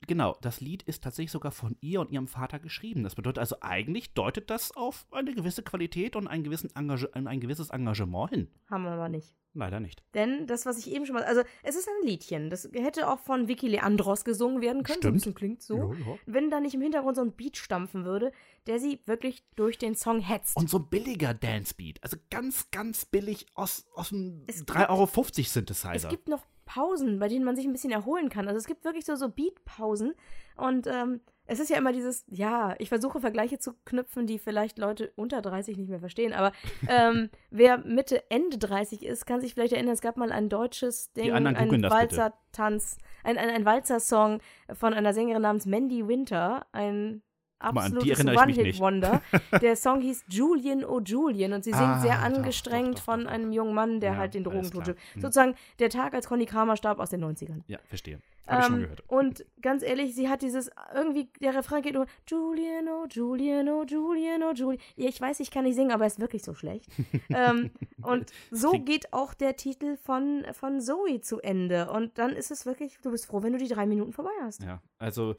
S3: Genau, das Lied ist tatsächlich sogar von ihr und ihrem Vater geschrieben. Das bedeutet also, eigentlich deutet das auf eine gewisse Qualität und einen gewissen Engage ein, ein gewisses Engagement hin.
S4: Haben wir aber nicht.
S3: Leider nicht.
S4: Denn das, was ich eben schon mal. Also, es ist ein Liedchen. Das hätte auch von Vicky Leandros gesungen werden können. So ein bisschen
S3: Stimmt.
S4: klingt so. Wenn da nicht im Hintergrund so ein Beat stampfen würde, der sie wirklich durch den Song hetzt.
S3: Und so ein billiger Dancebeat. Also ganz, ganz billig aus, aus dem
S4: Es gibt-
S3: 3,50 Euro
S4: es
S3: Synthesizer.
S4: gibt noch Pausen, bei denen man sich ein bisschen erholen kann. Also es gibt wirklich so, so Beat-Pausen. Und ähm, es ist ja immer dieses, ja, ich versuche Vergleiche zu knüpfen, die vielleicht Leute unter 30 nicht mehr verstehen. Aber ähm, wer Mitte, Ende 30 ist, kann sich vielleicht erinnern, es gab mal ein deutsches Ding,
S3: anderen
S4: ein
S3: googeln das bitte.
S4: Walzer-Tanz, ein, ein, ein Walzer-Song von einer Sängerin namens Mandy Winter, ein
S3: mal an, die
S4: absolutes
S3: erinnere ich mich nicht.
S4: One-Hit-Wonder. Der Song hieß Julian O' Julian und sie singt
S3: Ah,
S4: sehr
S3: doch,
S4: angestrengt
S3: doch, doch,
S4: von
S3: doch.
S4: einem jungen Mann, der
S3: Ja,
S4: halt den
S3: alles
S4: Drogentod
S3: klar.
S4: schippt.
S3: Hm.
S4: Sozusagen der Tag, als Conny Kramer starb aus den 90ern.
S3: ja, verstehe. Habe ich schon
S4: Ähm,
S3: gehört.
S4: Und ganz ehrlich, sie hat dieses, irgendwie, der Refrain geht nur Julian, oh Julian, oh Julian, oh Julian. Ja, ich weiß, ich kann nicht singen, aber er ist wirklich so schlecht. ähm, und so
S3: klingt-
S4: geht auch der Titel von, von Zoe zu Ende. Und dann ist es wirklich, du bist froh, wenn du die drei Minuten vorbei hast.
S3: Ja, also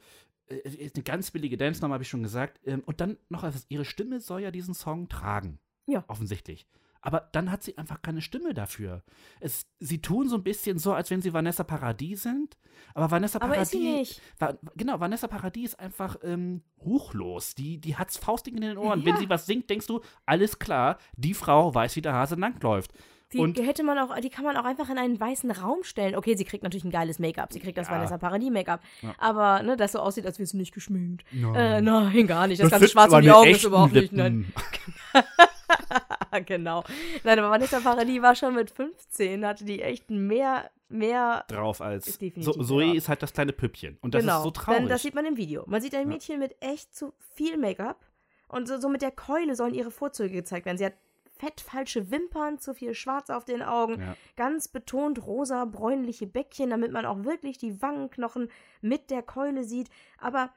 S3: äh, ist eine ganz billige Dance-Nummer, habe ich schon gesagt. Ähm, Und dann noch etwas, ihre Stimme soll ja diesen Song tragen.
S4: Ja.
S3: Offensichtlich. Aber dann hat sie einfach keine Stimme dafür. Es, sie tun so ein bisschen so, als wenn sie Vanessa Paradis sind. Aber Vanessa
S4: Aber ist
S3: Paradis.
S4: sie nicht.
S3: Va genau, Vanessa Paradis ist einfach ähm, ruchlos. Die, die hat's faustig in den Ohren.
S4: Ja.
S3: Wenn sie was singt, denkst du, alles klar, die Frau weiß, wie der Hase langläuft.
S4: Die
S3: Und-
S4: hätte man auch, die kann man auch einfach in einen weißen Raum stellen. Okay, sie kriegt natürlich ein geiles Make-up. Sie kriegt das
S3: Ja.
S4: Vanessa Paradis-Make-up.
S3: Ja.
S4: Aber, ne, das so aussieht, als wäre sie nicht geschminkt.
S3: Nein.
S4: Äh, nein, gar nicht. Das, ganze schwarz um die Augen ist überhaupt nicht. Nein. genau. Nein, aber Vanessa Paradis war schon mit 15, hatte die echt mehr, mehr.
S3: drauf als.
S4: Ist definitiv
S3: So, Zoe
S4: drauf.
S3: ist halt das kleine Püppchen. Und das
S4: genau.
S3: ist so traurig.
S4: Denn das sieht man im Video. Man sieht ein
S3: Ja.
S4: Mädchen mit echt zu viel Make-up und so, so mit der Keule sollen ihre Vorzüge gezeigt werden. Sie hat fett falsche Wimpern, zu viel Schwarz auf den Augen,
S3: Ja.
S4: ganz betont rosa bräunliche Bäckchen, damit man auch wirklich die Wangenknochen mit der Keule sieht, aber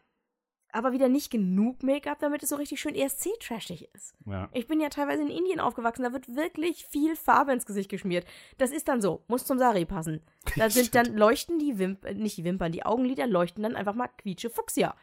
S4: aber wieder nicht genug Make-up, damit es so richtig schön E ESC-trashig ist.
S3: ja.
S4: Ich bin ja teilweise in Indien aufgewachsen, da wird wirklich viel Farbe ins Gesicht geschmiert. Das ist dann so, muss zum Sari passen. Da sind dann leuchten die Wimpern, nicht die Wimpern, die Augenlider leuchten dann einfach mal quietsche Fuchsia.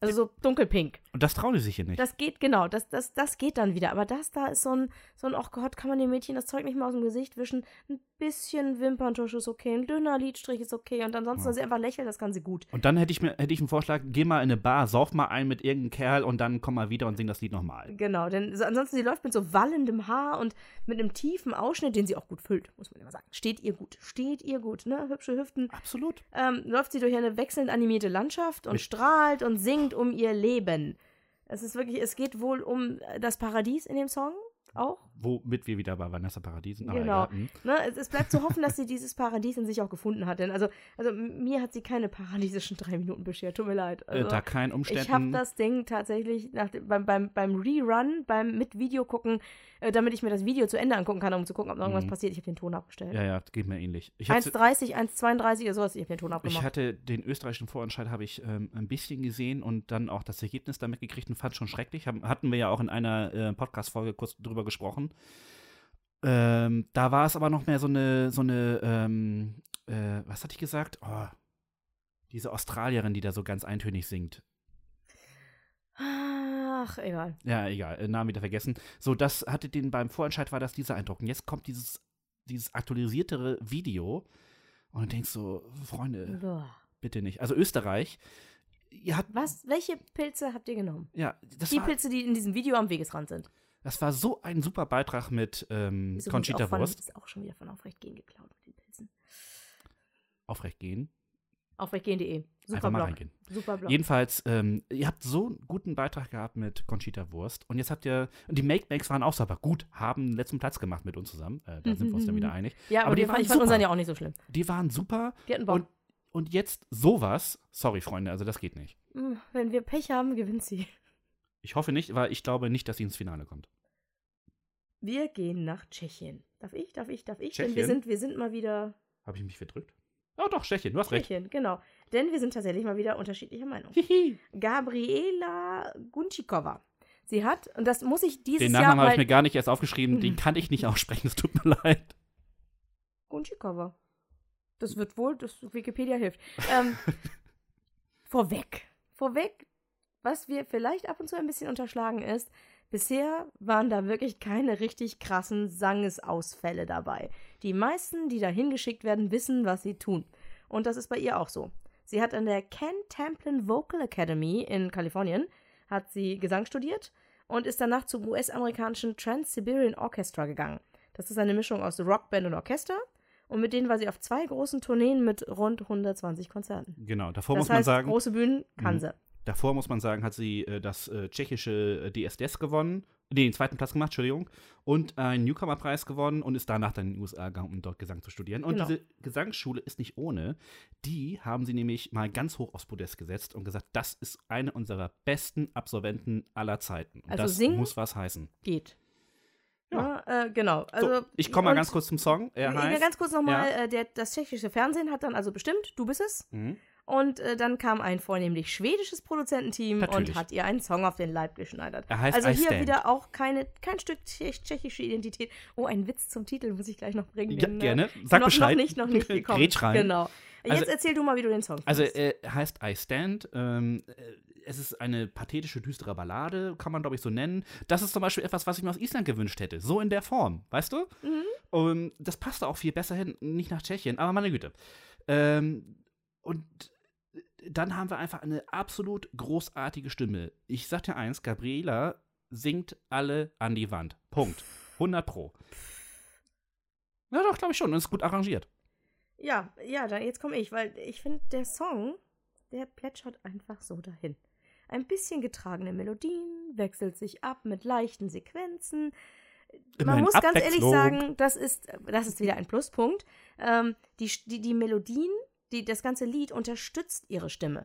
S4: Also so dunkelpink.
S3: Und das trauen sie sich hier nicht.
S4: Das geht, genau, das, das, das geht dann wieder. Aber das da ist so ein, so ein, oh Gott, kann man dem Mädchen das Zeug nicht mal aus dem Gesicht wischen? Ein bisschen Wimperntusch ist okay, ein dünner Lidstrich ist okay und ansonsten,
S3: Ja.
S4: dass sie einfach lächelt, das Ganze gut.
S3: und dann hätte ich mir hätte ich einen Vorschlag, geh mal in eine Bar, sauf mal ein mit irgendeinem Kerl und dann komm mal wieder und sing das Lied nochmal.
S4: Genau, denn so, ansonsten, sie läuft mit so wallendem Haar und mit einem tiefen Ausschnitt, den sie auch gut füllt, muss man immer sagen. Steht ihr gut, steht ihr gut, ne? Hübsche Hüften.
S3: Absolut.
S4: Ähm, läuft sie durch eine wechselnd animierte Landschaft und
S3: Mit-
S4: strahlt und singt um ihr Leben. Es ist wirklich, es geht wohl um äh, das Paradies in dem Song auch.
S3: Womit wir wieder bei Vanessa Paradies sind. aber
S4: Genau.
S3: egal. Hm.
S4: Ne? Es, es bleibt zu hoffen, dass sie dieses Paradies in sich auch gefunden hat. Denn also, also m- mir hat sie keine paradiesischen drei Minuten beschert. Tut mir leid.
S3: Äh,
S4: Also,
S3: da kein Umständen.
S4: ich habe das Ding tatsächlich nach, dem- beim, beim, beim Rerun, beim mit Video gucken, äh, damit ich mir das Video zu Ende angucken kann, um zu gucken, ob noch irgendwas
S3: Mhm.
S4: passiert. Ich habe den Ton abgestellt.
S3: Ja, ja, geht mir ähnlich. Ich hatte,
S4: 1,30, 1,32 oder sowas. Ich habe den Ton
S3: ich
S4: abgemacht.
S3: hatte den österreichischen Vorentscheid habe ich ähm, ein bisschen gesehen und dann auch das Ergebnis damit gekriegt und fand schon schrecklich. Haben, hatten wir ja auch in einer äh, Podcast-Folge kurz drüber gesprochen. Ähm, da war es aber noch mehr so eine, so eine, ähm, äh, was hatte ich gesagt? Oh, diese Australierin, die da so ganz eintönig singt.
S4: Ach, egal.
S3: Ja, egal, äh, Namen wieder vergessen. So, das hatte den beim Vorentscheid war das dieser Eindruck. Und jetzt kommt dieses, dieses aktualisiertere Video und du denkst so, Freunde,
S4: Boah.
S3: bitte nicht. Also Österreich, ihr habt,
S4: Was, welche Pilze habt ihr genommen?
S3: ja, das
S4: Die
S3: war,
S4: Pilze, die in diesem Video am Wegesrand sind.
S3: das war so ein super Beitrag mit ähm,
S4: Ist übrigens auch
S3: Conchita
S4: von,
S3: Wurst.
S4: Ist auch schon wieder von Aufrechtgehen geklaut mit den Pilzen.
S3: Aufrecht gehen,
S4: Aufrechtgehen.de. Super
S3: einfach mal
S4: Blog.
S3: reingehen.
S4: Super Blog.
S3: Jedenfalls, ähm, ihr habt so einen guten Beitrag gehabt mit Conchita Wurst und jetzt habt ihr, und die Make-Makes waren auch super gut, haben den letzten Platz gemacht mit uns zusammen. Äh, da sind wir uns dann wieder einig.
S4: ja, aber,
S3: aber die
S4: die fand,
S3: waren
S4: ich fand
S3: super.
S4: unseren ja auch nicht so schlimm.
S3: Die waren super.
S4: Die hatten Bock.
S3: Und, und jetzt sowas. Sorry, Freunde, also das geht nicht.
S4: Hm, Wenn wir Pech haben, gewinnt sie.
S3: Ich hoffe nicht, weil ich glaube nicht, dass sie ins Finale kommt.
S4: Wir gehen nach Tschechien. Darf ich, darf ich, darf ich? Denn wir
S3: Tschechien?
S4: sind, wir sind mal wieder
S3: Habe ich mich verdrückt? Oh doch, Tschechien, du hast recht.
S4: Tschechien, genau. Denn wir sind tatsächlich mal wieder unterschiedlicher Meinung.
S3: Hihi.
S4: Gabriela Gunschikova. Sie hat, und das muss ich dieses
S3: Den
S4: Jahr
S3: Nachnamen habe
S4: mal.
S3: ich mir gar nicht erst aufgeschrieben, den kann ich nicht aussprechen, es tut mir leid.
S4: Gunschikova. Das wird wohl, das Wikipedia hilft. Ähm, vorweg. Vorweg, was wir vielleicht ab und zu ein bisschen unterschlagen ist, Bisher waren da wirklich keine richtig krassen Sangesausfälle dabei. Die meisten, die da hingeschickt werden, wissen, was sie tun. Und das ist bei ihr auch so. Sie hat an der Ken Templin Vocal Academy in Kalifornien hat sie Gesang studiert und ist danach zum US-amerikanischen Trans-Siberian Orchestra gegangen. Das ist eine Mischung aus Rockband und Orchester und mit denen war sie auf zwei großen Tourneen mit rund 120 Konzerten.
S3: Genau, davor
S4: das
S3: muss man
S4: heißt,
S3: sagen,
S4: große Bühnen kann
S3: Mhm.
S4: sie.
S3: davor muss man sagen, hat sie äh, das äh, tschechische äh, DSDS gewonnen, nee, den zweiten Platz gemacht, Entschuldigung, und einen Newcomer-Preis gewonnen und ist danach dann in die USA gegangen, um dort Gesang zu studieren. Und
S4: Genau.
S3: diese Gesangsschule ist nicht ohne. Die haben sie nämlich mal ganz hoch aufs Podest gesetzt und gesagt, das ist eine unserer besten Absolventen aller Zeiten. Und
S4: Also
S3: das
S4: singen?
S3: muss was heißen.
S4: Geht.
S3: Ja.
S4: Na, äh, genau. Also,
S3: so, ich komme mal
S4: und-
S3: ganz kurz zum Song. Er
S4: Ja,
S3: heißt,
S4: ganz kurz nochmal, äh, der- das tschechische Fernsehen hat dann also bestimmt, du bist es.
S3: Mhm.
S4: Und äh, dann kam ein vornehmlich schwedisches Produzententeam
S3: Natürlich.
S4: und hat ihr einen Song auf den Leib geschneidert.
S3: Er heißt
S4: also
S3: I
S4: hier
S3: Stand.
S4: wieder auch keine, kein Stück tschech- tschechische Identität. Oh, ein Witz zum Titel muss ich gleich noch bringen.
S3: Ja,
S4: denn, äh,
S3: gerne. Sag
S4: noch,
S3: Bescheid.
S4: Noch nicht, noch nicht gekommen.
S3: Grätsch rein.
S4: Genau. Jetzt
S3: Also-
S4: erzähl du mal, wie du den Song
S3: Also
S4: findest.
S3: äh, heißt I Stand. Ähm, äh, es ist eine pathetische, düstere Ballade, kann man glaube ich so nennen. Das ist zum Beispiel etwas, was ich mir aus Island gewünscht hätte. So in der Form, weißt du?
S4: Mhm.
S3: Und das passte auch viel besser hin, nicht nach Tschechien, aber meine Güte. Ähm, und dann haben wir einfach eine absolut großartige Stimme. Ich sag dir eins, Gabriela singt alle an die Wand. Punkt. 100 pro. Ja, doch, glaube ich schon. Und ist gut arrangiert.
S4: ja, ja, dann jetzt komme ich, weil ich finde, der Song, der plätschert einfach so dahin. Ein bisschen getragene Melodien, wechselt sich ab mit leichten Sequenzen, Man
S3: Immerhin
S4: muss ganz ehrlich
S3: Abwechslung.
S4: sagen, das ist, das ist wieder ein Pluspunkt. Ähm, die, Sch- die, die Melodien, die, das ganze Lied unterstützt ihre Stimme.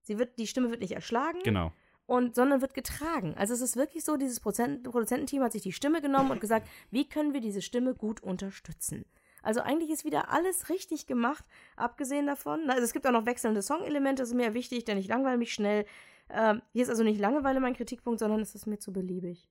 S4: Sie wird, die Stimme wird nicht erschlagen,
S3: Genau.
S4: und, sondern wird getragen. Also es ist wirklich so, dieses Prozent, Produzententeam hat sich die Stimme genommen und gesagt, wie können wir diese Stimme gut unterstützen? Also eigentlich ist wieder alles richtig gemacht, abgesehen davon. Also es gibt auch noch wechselnde Songelemente, das ist mir wichtig, denn ich langweile mich schnell. Ähm, hier ist also nicht Langeweile mein Kritikpunkt, sondern es ist mir zu beliebig.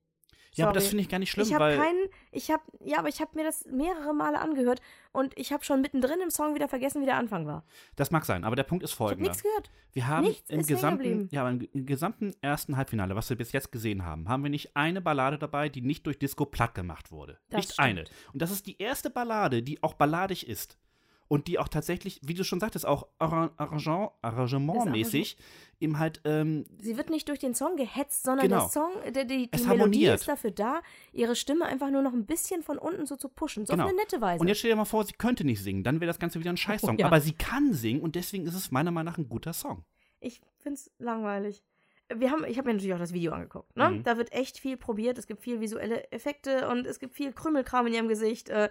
S3: Ja, aber das
S4: Sorry.
S3: finde ich gar nicht schlimm,
S4: Ich habe
S3: weil.
S4: keinen, ich habe, ja, aber ich habe mir das mehrere Male angehört und ich habe schon mittendrin im Song wieder vergessen, wie der Anfang war.
S3: Das mag sein, aber der Punkt ist
S4: Ich habe
S3: folgender.
S4: nichts gehört.
S3: wir haben
S4: nichts
S3: im
S4: ist hängen
S3: gesamten,
S4: geblieben.
S3: ja, aber im, im gesamten ersten Halbfinale, was wir bis jetzt gesehen haben, haben wir nicht eine Ballade dabei, die nicht durch Disco platt gemacht wurde.
S4: Das
S3: nicht
S4: stimmt.
S3: eine. Und das ist die erste Ballade, die auch balladig ist. Und die auch tatsächlich, wie du schon sagtest, auch arra- arrangement- arrangementmäßig eben halt, ähm,
S4: Sie wird nicht durch den Song gehetzt, sondern
S3: Genau.
S4: der Song, der, die,
S3: Es
S4: die Melodie
S3: harmoniert.
S4: ist dafür da, ihre Stimme einfach nur noch ein bisschen von unten so zu pushen, so
S3: genau.
S4: auf eine nette Weise.
S3: Und jetzt stell dir mal vor, sie könnte nicht singen, dann wäre das Ganze wieder ein Scheißsong.
S4: Also ja.
S3: Aber sie kann singen und deswegen ist es meiner Meinung nach ein guter Song.
S4: ich find's langweilig. Wir haben, ich habe mir natürlich auch das Video angeguckt. Ne?
S3: Mhm.
S4: Da wird echt viel probiert. Es gibt viel visuelle Effekte und es gibt viel Krümelkram in ihrem Gesicht. Äh,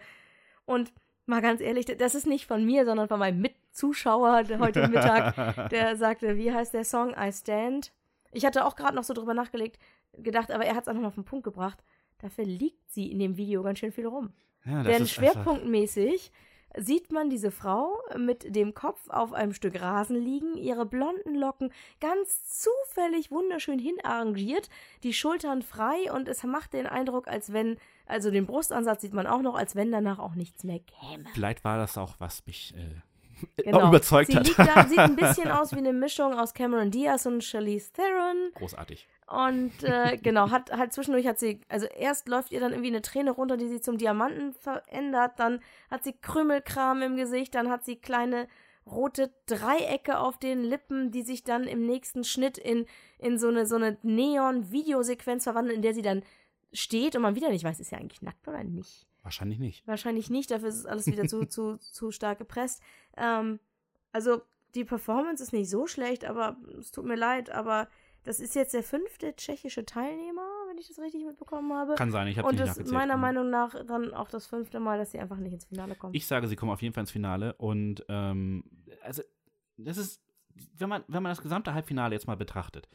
S4: und mal ganz ehrlich, das ist nicht von mir, sondern von meinem Mitzuschauer der heute Mittag. der sagte, wie heißt der Song? I Stand. Ich hatte auch gerade noch so drüber nachgelegt, gedacht, aber er hat es auch noch mal auf den Punkt gebracht. Dafür liegt sie in dem Video ganz schön viel rum.
S3: Ja, das
S4: Denn
S3: ist einfach-
S4: schwerpunktmäßig sieht man diese Frau mit dem Kopf auf einem Stück Rasen liegen, ihre blonden Locken ganz zufällig wunderschön hinarrangiert, die Schultern frei und es macht den Eindruck, als wenn, also den Brustansatz sieht man auch noch, als wenn danach auch nichts mehr käme.
S3: Vielleicht war das auch, was mich äh,
S4: Genau.
S3: überzeugt
S4: sie
S3: hat.
S4: Liegt da, sieht ein bisschen aus wie eine Mischung aus Cameron Diaz und Charlize Theron.
S3: Großartig.
S4: Und äh, genau, hat halt zwischendurch hat sie, also erst läuft ihr dann irgendwie eine Träne runter, die sie zum Diamanten verändert, dann hat sie Krümelkram im Gesicht, dann hat sie kleine rote Dreiecke auf den Lippen, die sich dann im nächsten Schnitt in, in so eine, so eine Neon-Videosequenz verwandeln, in der sie dann steht und man wieder nicht weiß, ist sie eigentlich nackt oder nicht.
S3: Wahrscheinlich nicht.
S4: Wahrscheinlich nicht, dafür ist es alles wieder zu, zu, zu stark gepresst. Ähm, also die Performance ist nicht so schlecht, aber es tut mir leid, aber das ist jetzt der fünfte tschechische Teilnehmer, wenn ich das richtig mitbekommen habe.
S3: Kann sein, ich habe
S4: Und
S3: nicht
S4: das ist
S3: nachgezählt.
S4: meiner
S3: Mhm.
S4: Meinung nach dann auch das fünfte Mal, dass sie einfach nicht ins Finale kommen.
S3: Ich sage, sie kommen auf jeden Fall ins Finale. Und ähm, also, das ist, wenn man, wenn man das gesamte Halbfinale jetzt mal betrachtet,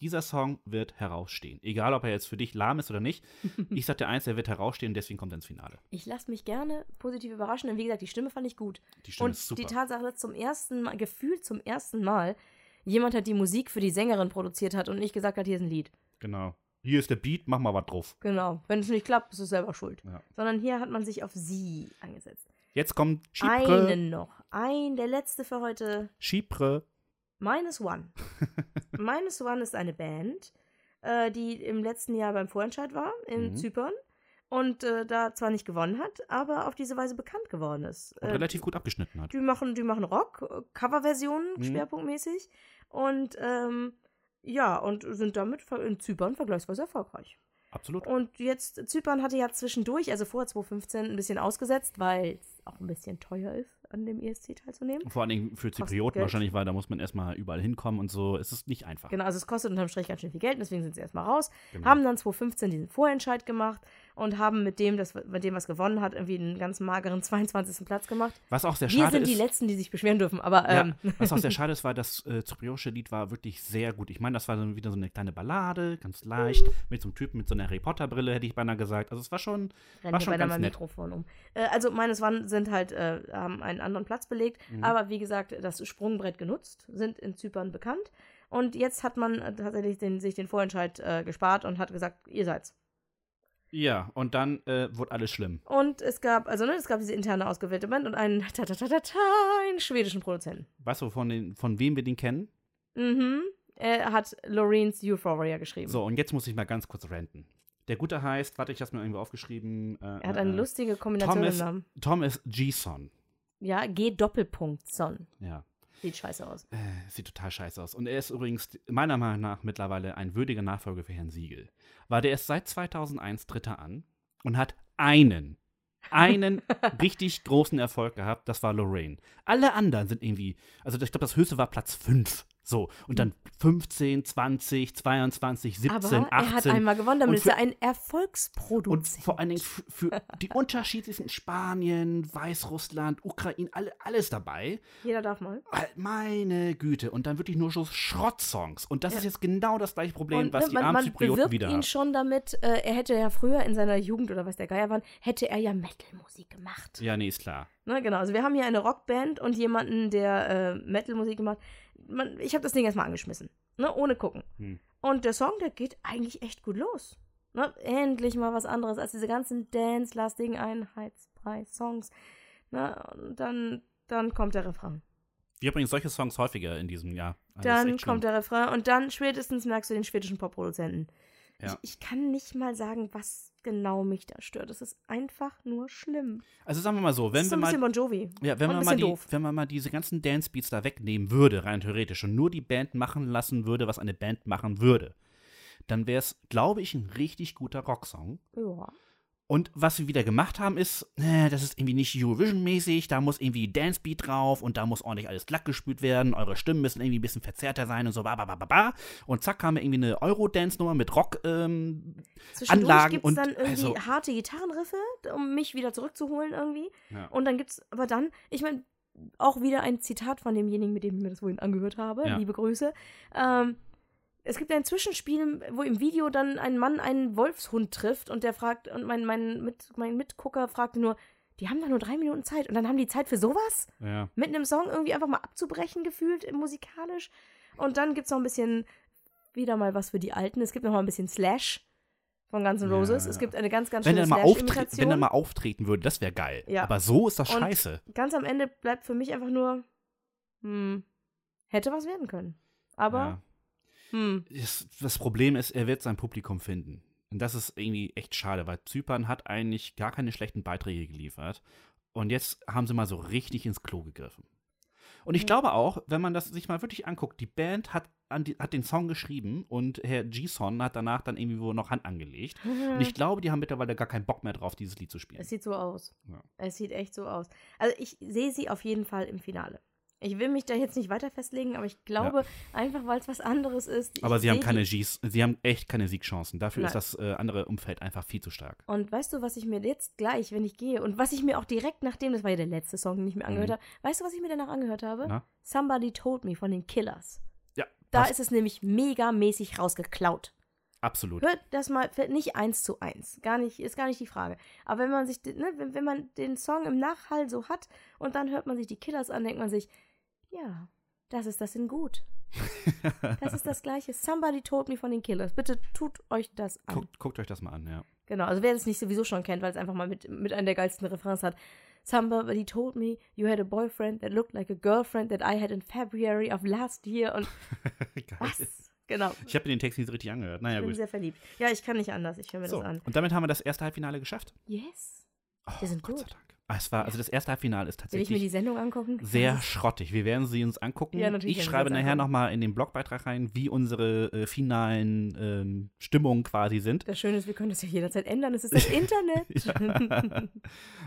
S3: dieser Song wird herausstehen. Egal, ob er jetzt für dich lahm ist oder nicht. Ich sag dir eins, er wird herausstehen, deswegen kommt er ins Finale.
S4: ich lasse mich gerne positiv überraschen, denn wie gesagt, die Stimme fand ich gut.
S3: Die Stimme
S4: und
S3: ist super.
S4: die Tatsache, dass zum ersten Mal, gefühlt zum ersten Mal, jemand hat die Musik für die Sängerin produziert hat und nicht gesagt hat, hier ist ein Lied.
S3: genau. Hier ist der Beat, mach mal was drauf.
S4: Genau. Wenn es nicht klappt, bist du selber schuld.
S3: Ja.
S4: Sondern hier hat man sich auf sie angesetzt.
S3: Jetzt kommt Chypre.
S4: Einen noch. Ein, der letzte für heute.
S3: Chypre.
S4: Minus One. Minus One ist eine Band, äh, die im letzten Jahr beim Vorentscheid war in
S3: Mhm.
S4: Zypern und äh, da zwar nicht gewonnen hat, aber auf diese Weise bekannt geworden ist.
S3: Und
S4: Äh,
S3: relativ gut abgeschnitten hat.
S4: die machen, die machen Rock, äh, Coverversionen,
S3: Mhm.
S4: schwerpunktmäßig. Und ähm, ja, und sind damit ver- in Zypern vergleichsweise erfolgreich.
S3: Absolut.
S4: Und jetzt, Zypern hatte ja zwischendurch, also vor 2015, ein bisschen ausgesetzt, weil es auch ein bisschen teuer ist, an dem ESC teilzunehmen.
S3: Vor allen Dingen für Zyprioten
S4: Geld.
S3: wahrscheinlich, weil da muss man erstmal überall hinkommen und so. Es ist nicht einfach.
S4: Genau, also es kostet unterm Strich ganz schön viel Geld, und deswegen sind sie erstmal raus.
S3: Genau.
S4: Haben dann 2015 diesen Vorentscheid gemacht und haben mit dem, das, mit dem was gewonnen hat, irgendwie einen ganz mageren 22. Platz gemacht.
S3: Was auch sehr
S4: Wir
S3: schade
S4: sind
S3: ist.
S4: die Letzten, die sich beschweren dürfen, aber ähm,
S3: ja, was auch sehr schade ist, war, das äh, zypriotische Lied war wirklich sehr gut. Ich meine, das war dann wieder so eine kleine Ballade, ganz leicht, mit so einem Typen mit so einer Harry Potter-Brille, hätte ich beinahe gesagt. Also es war schon,
S4: Renn
S3: war
S4: mir
S3: schon
S4: beinahe
S3: ganz
S4: mein
S3: nett.
S4: Mikrofon um. Äh, also meines waren sind halt, äh, haben einen anderen Platz belegt,
S3: Mhm.
S4: aber wie gesagt, das Sprungbrett genutzt, sind in Zypern bekannt. Und jetzt hat man äh, tatsächlich den, sich den Vorentscheid äh, gespart und hat gesagt, ihr seid's.
S3: Ja, und dann äh, wurde alles schlimm.
S4: Und es gab, also ne, es gab diese interne ausgewählte Band und einen, ta -ta -ta -ta -ta, einen schwedischen Produzenten.
S3: Weißt du, von, den, von wem wir den kennen?
S4: Mhm. Er hat Loreens Euphoria geschrieben.
S3: So, und jetzt muss ich mal ganz kurz ranten. Der Gute heißt, warte, ich hab's mir irgendwo aufgeschrieben. Äh,
S4: Er hat eine
S3: äh,
S4: lustige Kombination
S3: Thomas,
S4: im Namen.
S3: Thomas Gison.
S4: Ja, G Doppelpunkt Son.
S3: Ja,
S4: Sieht scheiße aus.
S3: äh, sieht total scheiße aus. Und er ist übrigens meiner Meinung nach mittlerweile ein würdiger Nachfolger für Herrn Siegel. Weil der ist seit 2001 Dritter an und hat einen, einen richtig großen Erfolg gehabt. Das war Lorraine. Alle anderen sind irgendwie, also ich glaube, das höchste war Platz 5. So, und dann 15, 20, 22, 17,
S4: Aber
S3: 18.
S4: er hat einmal gewonnen, damit
S3: Und
S4: ist
S3: für-
S4: er ein
S3: Und
S4: Erfolgsproduzent.
S3: vor allen Dingen f- für die unterschiedlichsten Spanien, Weißrussland, Ukraine, alle, alles dabei.
S4: Jeder darf mal.
S3: Halt, Meine Güte. Und dann wirklich nur so Schrottsongs. Und das ist jetzt genau das gleiche Problem,
S4: Und,
S3: was
S4: ne,
S3: die
S4: man,
S3: armen
S4: man
S3: Zyprioten
S4: bewirbt
S3: wieder
S4: ihn
S3: haben.
S4: schon damit, äh, er hätte ja früher in seiner Jugend oder was der Geier waren, hätte er ja Metal-Musik gemacht.
S3: Ja, nee, ist klar.
S4: Ne, genau, also wir haben hier eine Rockband und jemanden, der äh, Metal-Musik gemacht man, Ich habe das Ding erstmal angeschmissen, ne, ohne gucken.
S3: Hm.
S4: Und der Song, der geht eigentlich echt gut los. Ne, endlich mal was anderes als diese ganzen dance-lastigen Einheitspreis-Songs. Ne, und dann, dann kommt der Refrain.
S3: Wir übrigens solche Songs häufiger in diesem Jahr. Also ist
S4: Dann
S3: echt
S4: kommt
S3: schlimm.
S4: der Refrain und dann spätestens merkst du den schwedischen Popproduzenten.
S3: Ja.
S4: Ich, ich kann nicht mal sagen, was genau mich da stört. Es ist einfach nur schlimm.
S3: Also sagen wir mal so,
S4: Es
S3: wenn
S4: ist so
S3: wir
S4: ein
S3: mal
S4: bisschen Bon Jovi.
S3: Ja, wenn
S4: Und ein
S3: man, mal
S4: bisschen
S3: die,
S4: doof.
S3: wenn man mal diese ganzen Dancebeats da wegnehmen würde, rein theoretisch, und nur die Band machen lassen würde, was eine Band machen würde, dann wäre es, glaube ich, ein richtig guter Rocksong.
S4: Ja.
S3: Und was wir wieder gemacht haben, ist, äh, das ist irgendwie nicht Eurovision-mäßig, da muss irgendwie Dancebeat drauf und da muss ordentlich alles glatt gespült werden, eure Stimmen müssen irgendwie ein bisschen verzerrter sein und so, ba, ba, ba, ba, ba. Und zack, haben wir irgendwie eine Euro-Dance-Nummer mit Rock, ähm,
S4: Zwischendurch
S3: Anlagen
S4: gibt es
S3: und-
S4: dann irgendwie
S3: also-
S4: harte Gitarrenriffe, um mich wieder zurückzuholen irgendwie.
S3: Ja.
S4: Und dann gibt es aber dann, ich meine, auch wieder ein Zitat von demjenigen, mit dem ich mir das vorhin angehört habe.
S3: Ja.
S4: Liebe Grüße. Ähm, es gibt ein Zwischenspiel, wo im Video dann ein Mann einen Wolfshund trifft und der fragt, und mein, mein, mit, mein Mitgucker fragte nur, die haben da nur drei Minuten Zeit und dann haben die Zeit für sowas?
S3: ja.
S4: mit einem Song irgendwie einfach mal abzubrechen gefühlt äh, musikalisch. Und dann gibt es noch ein bisschen wieder mal was für die Alten. Es gibt noch mal ein bisschen Slash von Guns N'
S3: Ja,
S4: Roses.
S3: ja.
S4: Es gibt eine ganz, ganz
S3: Wenn
S4: schöne
S3: er, mal auftre-
S4: Slash-Imitation.
S3: wenn er mal auftreten würde, das wäre geil.
S4: Ja.
S3: Aber so ist das
S4: Und-
S3: scheiße.
S4: Ganz am Ende bleibt für mich einfach nur, hm, hätte was werden können. Aber,
S3: Ja.
S4: hm,
S3: das, das Problem ist, er wird sein Publikum finden. Und das ist irgendwie echt schade, weil Zypern hat eigentlich gar keine schlechten Beiträge geliefert. Und jetzt haben sie mal so richtig ins Klo gegriffen. Und ich glaube auch, wenn man das sich mal wirklich anguckt, die Band hat, an die, hat den Song geschrieben und Herr Gison hat danach dann irgendwie wohl noch Hand angelegt. Und
S4: Mhm.
S3: ich glaube, die haben mittlerweile gar keinen Bock mehr drauf, dieses Lied zu spielen.
S4: es sieht so aus.
S3: Ja.
S4: Es sieht echt so aus. Also ich sehe sie auf jeden Fall im Finale. Ich will mich da jetzt nicht weiter festlegen, aber ich glaube, einfach weil es was anderes ist. ich
S3: Aber sie haben
S4: sehe
S3: keine Gs, sie haben echt keine Siegchancen. Dafür ist
S4: Nein.
S3: das äh, andere Umfeld einfach viel zu stark.
S4: Und weißt du, was ich mir jetzt gleich, wenn ich gehe, und was ich mir auch direkt nachdem, das war ja der letzte Song, den ich mir angehört
S3: Mhm.
S4: habe, weißt du, was ich mir danach angehört habe?
S3: Na?
S4: Somebody Told Me von den Killers.
S3: Ja,
S4: Da
S3: passt.
S4: ist es nämlich megamäßig rausgeklaut.
S3: absolut.
S4: Hört das mal, fällt nicht eins zu eins. Gar nicht, ist gar nicht die Frage. Aber wenn man sich, den- ne, wenn, wenn man den Song im Nachhall so hat und dann hört man sich die Killers an, denkt man sich, ja, das ist das in gut. Das ist das gleiche. Somebody Told Me von den Killers. Bitte tut euch das an.
S3: Guckt, guckt euch das mal an, ja.
S4: Genau, also wer das nicht sowieso schon kennt, weil es einfach mal mit, mit einer der geilsten Refrains hat. Somebody told me you had a boyfriend that looked like a girlfriend that I had in February of last year. Und
S3: Geil.
S4: was? Genau.
S3: Ich habe mir den Text nicht so richtig angehört. Naja,
S4: Ich bin
S3: gut.
S4: sehr verliebt. Ja, ich kann nicht anders. Ich höre mir
S3: So,
S4: das an.
S3: und damit haben wir das erste Halbfinale geschafft.
S4: Yes.
S3: Oh,
S4: Wir sind
S3: Gott sei
S4: gut.
S3: Dank. Ah, Es war, also das erste Halbfinale ist
S4: Will ich mir die
S3: tatsächlich
S4: Sendung angucken?
S3: sehr schrottig. Wir werden sie uns angucken.
S4: Ja, natürlich
S3: ich
S4: werden wir
S3: schreibe
S4: uns
S3: nachher
S4: angucken.
S3: nochmal in den Blogbeitrag rein, wie unsere äh, finalen ähm, Stimmungen quasi sind.
S4: Das Schöne ist, wir können das ja jederzeit ändern. Es ist das Internet.
S3: Ja.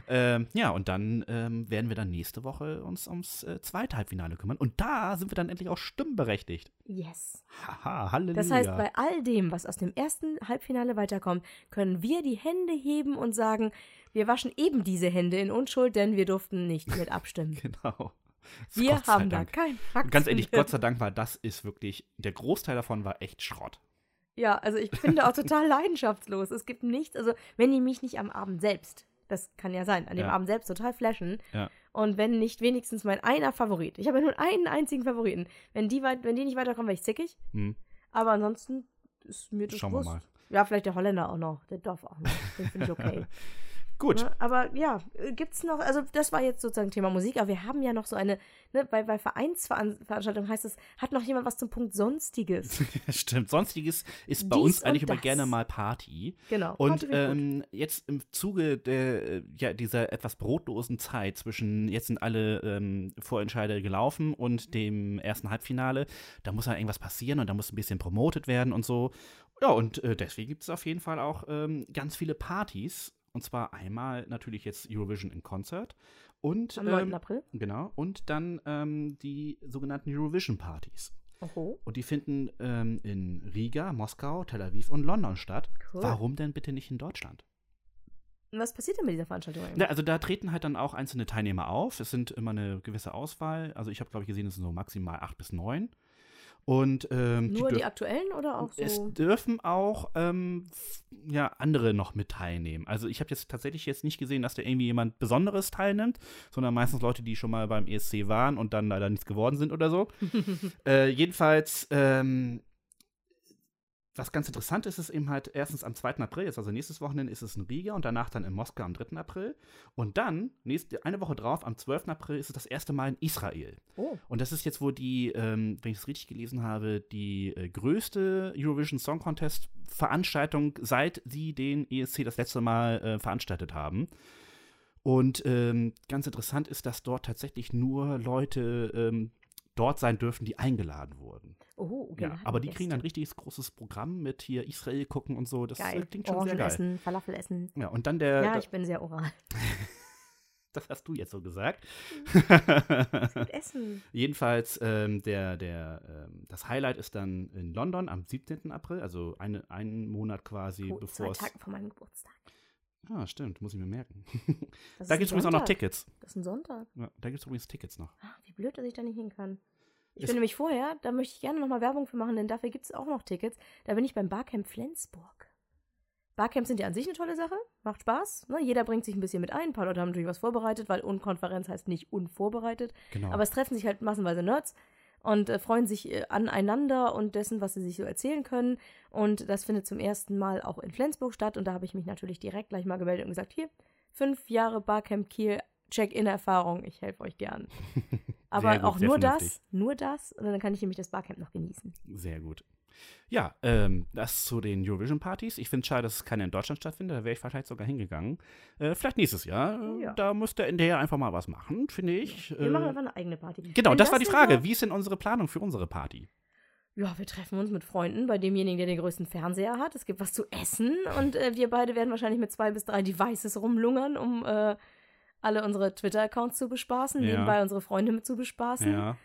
S3: ähm, ja, und dann ähm, werden wir dann nächste Woche uns ums äh, zweite Halbfinale kümmern. Und da sind wir dann endlich auch stimmberechtigt.
S4: Yes.
S3: Haha, Halleluja.
S4: Das heißt, bei all dem, was aus dem ersten Halbfinale weiterkommt, können wir die Hände heben und sagen, wir waschen eben diese Hände in Unschuld, denn wir durften nicht mit abstimmen.
S3: Genau. Das
S4: Wir
S3: Gott sei
S4: haben da
S3: Dank.
S4: keinen Fakt.
S3: Und ganz ehrlich, Gott sei Dank war das ist wirklich, der Großteil davon war echt Schrott.
S4: Ja, also ich bin da auch total leidenschaftslos. Es gibt nichts, also wenn die mich nicht am Abend selbst, das kann ja sein, an dem
S3: Ja.
S4: Abend selbst total flashen.
S3: Ja.
S4: Und wenn nicht wenigstens mein einer Favorit, ich habe ja nur einen einzigen Favoriten, wenn die, weit, wenn die nicht weiterkommen, wäre ich zickig.
S3: Hm.
S4: Aber ansonsten ist mir das
S3: Schauen wir
S4: Wurst.
S3: mal.
S4: Ja, vielleicht der Holländer auch noch, der darf auch noch, den finde ich okay.
S3: Gut.
S4: Ne? Aber ja, äh, gibt's noch, also das war jetzt sozusagen Thema Musik, aber wir haben ja noch so eine, ne, bei, bei Vereinsveranstaltungen heißt es, hat noch jemand was zum Punkt Sonstiges?
S3: Stimmt. Sonstiges ist bei
S4: Dies
S3: uns eigentlich
S4: und
S3: immer
S4: das.
S3: gerne mal Party.
S4: Genau.
S3: Und
S4: Party finde ich gut.
S3: ähm, jetzt im Zuge der, äh, ja, dieser etwas brotlosen Zeit zwischen jetzt sind alle ähm, Vorentscheide gelaufen und dem ersten Halbfinale, da muss halt irgendwas passieren und da muss ein bisschen promotet werden und so. Ja, und äh, deswegen gibt es auf jeden Fall auch ähm, ganz viele Partys. Und zwar einmal natürlich jetzt Eurovision in Konzert und
S4: am 9.
S3: ähm,
S4: April.
S3: genau und dann ähm, die sogenannten Eurovision Partys.
S4: Oho.
S3: Und die finden ähm, in Riga, Moskau, Tel Aviv und London statt.
S4: Cool.
S3: Warum denn bitte nicht in Deutschland?
S4: Und was passiert denn mit dieser Veranstaltung
S3: Na,
S4: eigentlich?
S3: also da treten halt dann auch einzelne Teilnehmer auf. Es sind immer eine gewisse Auswahl. Also ich habe, glaube ich, gesehen, es sind so maximal acht bis neun. Und ähm,
S4: Nur die
S3: dürfen-
S4: aktuellen oder auch
S3: Es
S4: so?
S3: dürfen auch ähm, f- ja, andere noch mit teilnehmen. Also ich habe jetzt tatsächlich jetzt nicht gesehen, dass da irgendwie jemand Besonderes teilnimmt, sondern meistens Leute, die schon mal beim ESC waren und dann leider nichts geworden sind oder so. äh, jedenfalls, ähm, was ganz interessant ist, ist eben halt erstens am 2. April, jetzt also nächstes Wochenende ist es in Riga und danach dann in Moskau am 3. April. Und dann, nächste, eine Woche drauf, am 12. April, ist es das erste Mal in Israel.
S4: Oh.
S3: Und das ist jetzt wohl die, ähm, wenn ich es richtig gelesen habe, die äh, größte Eurovision Song Contest Veranstaltung, seit sie den ESC das letzte Mal äh, veranstaltet haben. Und ähm, ganz interessant ist, dass dort tatsächlich nur Leute ähm, dort sein dürfen, die eingeladen wurden.
S4: Oh,
S3: Ja,
S4: Geladen
S3: aber die kriegen
S4: Gäste.
S3: dann ein richtiges großes Programm mit hier Israel gucken und so. Das äh,
S4: geil.
S3: klingt schon
S4: Orangen
S3: sehr geil.
S4: essen, Falafel essen.
S3: Ja, und dann der,
S4: ja,
S3: da-
S4: ich bin sehr oral.
S3: das hast du jetzt so gesagt.
S4: Mhm. essen.
S3: Jedenfalls, ähm, der, der, ähm, das Highlight ist dann in London am 17. April, also eine, einen Monat quasi
S4: Oh,
S3: bevor
S4: zwei
S3: es.
S4: Tage vor meinem Geburtstag.
S3: Ah, stimmt, muss ich mir merken.
S4: Das
S3: da
S4: ist
S3: gibt
S4: ein
S3: es übrigens auch noch
S4: Sonntag.
S3: Tickets.
S4: Das ist ein Sonntag.
S3: Ja, da gibt es übrigens Tickets noch.
S4: Ah, wie blöd, dass ich da nicht hin kann. Ich
S3: Es-
S4: bin nämlich vorher, da möchte ich gerne nochmal Werbung für machen, denn dafür gibt es auch noch Tickets. Da bin ich beim Barcamp Flensburg. Barcamps sind ja an sich eine tolle Sache, macht Spaß. Ne? Jeder bringt sich ein bisschen mit ein. Ein paar Leute haben natürlich was vorbereitet, weil Unkonferenz heißt nicht unvorbereitet.
S3: Genau.
S4: Aber es treffen sich halt massenweise Nerds und äh, freuen sich äh, aneinander und dessen, was sie sich so erzählen können. Und das findet zum ersten Mal auch in Flensburg statt. Und da habe ich mich natürlich direkt gleich mal gemeldet und gesagt, hier, fünf Jahre Barcamp Kiel, Check-in-Erfahrung, ich helfe euch gern. Aber
S3: Sehr gut,
S4: auch
S3: sehr
S4: nur
S3: vernünftig.
S4: das, nur das. Und dann kann ich nämlich das Barcamp noch genießen.
S3: Sehr gut. Ja, ähm, das zu den Eurovision-Partys. Ich finde es schade, dass es keine in Deutschland stattfindet. Da wäre ich vielleicht sogar hingegangen. Äh, vielleicht nächstes Jahr. Äh,
S4: Oh Ja.
S3: Da muss der NDR einfach mal was machen, finde ich.
S4: Wir machen
S3: Äh,
S4: einfach eine eigene Party.
S3: genau,
S4: Wenn
S3: das war die
S4: denn
S3: Frage.
S4: war-
S3: Wie ist denn unsere Planung für unsere Party?
S4: Ja, wir treffen uns mit Freunden bei demjenigen, der den größten Fernseher hat. Es gibt was zu essen und äh, wir beide werden wahrscheinlich mit zwei bis drei Devices rumlungern, um äh, alle unsere Twitter-Accounts zu bespaßen,
S3: Ja.
S4: nebenbei unsere Freunde mit zu bespaßen.
S3: Ja.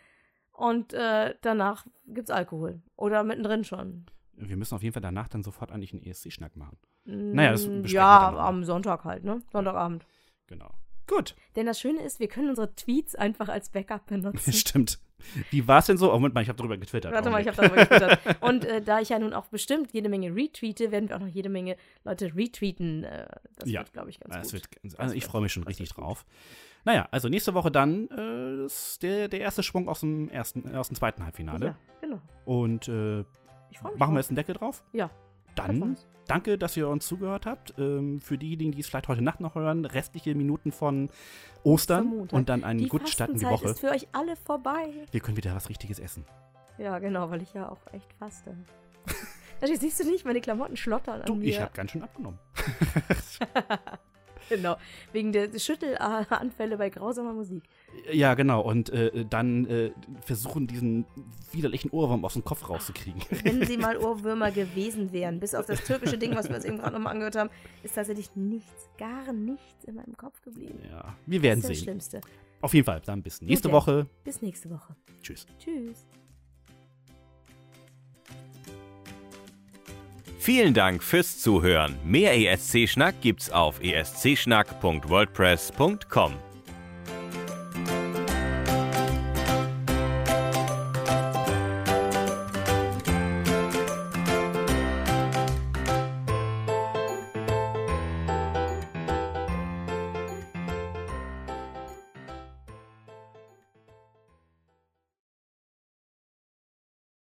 S4: Und äh, danach gibt's Alkohol. Oder mittendrin schon.
S3: Wir müssen auf jeden Fall danach dann sofort eigentlich einen E ESC-Schnack machen.
S4: Mm,
S3: Naja, das besprechen wir
S4: Ja,
S3: dann noch.
S4: am Sonntag halt, ne? Sonntagabend.
S3: Genau. Gut.
S4: Denn das Schöne ist, wir können unsere Tweets einfach als Backup benutzen.
S3: Stimmt. Wie war es denn so? Oh, Moment mal, ich habe drüber getwittert. Oh,
S4: Warte mal, ich
S3: Augenblick.
S4: habe darüber getwittert. Und äh, da ich ja nun auch bestimmt jede Menge retweete, werden wir auch noch jede Menge Leute retweeten. Äh, das
S3: Ja,
S4: wird, glaube ich, ganz
S3: das
S4: gut.
S3: wird, ganz-
S4: Das
S3: also ich
S4: wird-
S3: freue mich schon
S4: das
S3: richtig
S4: wird gut.
S3: drauf. Naja, also nächste Woche dann äh, ist der, der erste Schwung aus dem, ersten, äh, aus dem zweiten Halbfinale.
S4: Ja, genau.
S3: Und äh,
S4: Ich freue mich.
S3: machen
S4: drauf.
S3: wir jetzt einen Deckel drauf?
S4: Ja. Hat
S3: Dann
S4: Spaß.
S3: danke, dass ihr uns zugehört habt. Ähm, für diejenigen, die es vielleicht heute Nacht noch hören, restliche Minuten von Ostern
S4: Montag.
S3: und dann einen
S4: Die
S3: guten Start in die
S4: Fastenzeit
S3: Woche.
S4: ist für euch alle vorbei.
S3: Wir können wieder was Richtiges essen.
S4: Ja, genau, weil ich ja auch echt faste. Also, siehst du nicht, meine Klamotten schlottern
S3: Du,
S4: an mir.
S3: ich habe ganz schön abgenommen.
S4: genau, wegen der Schüttelanfälle bei grausamer Musik.
S3: Ja, genau. Und äh, dann äh, versuchen, diesen widerlichen Ohrwurm aus dem Kopf rauszukriegen.
S4: Wenn sie mal Ohrwürmer gewesen wären, bis auf das türkische Ding, was wir uns eben gerade nochmal angehört haben, ist tatsächlich nichts, gar nichts in meinem Kopf geblieben.
S3: Ja, wir
S4: Das
S3: werden
S4: ist das
S3: sehen.
S4: Schlimmste.
S3: Auf jeden Fall, dann bis nächste
S4: Okay.
S3: Woche.
S4: Bis nächste Woche.
S3: Tschüss.
S4: Tschüss.
S1: Vielen Dank E fürs Zuhören. Mehr ESC-Schnack gibt's auf escschnack.wordpress.com.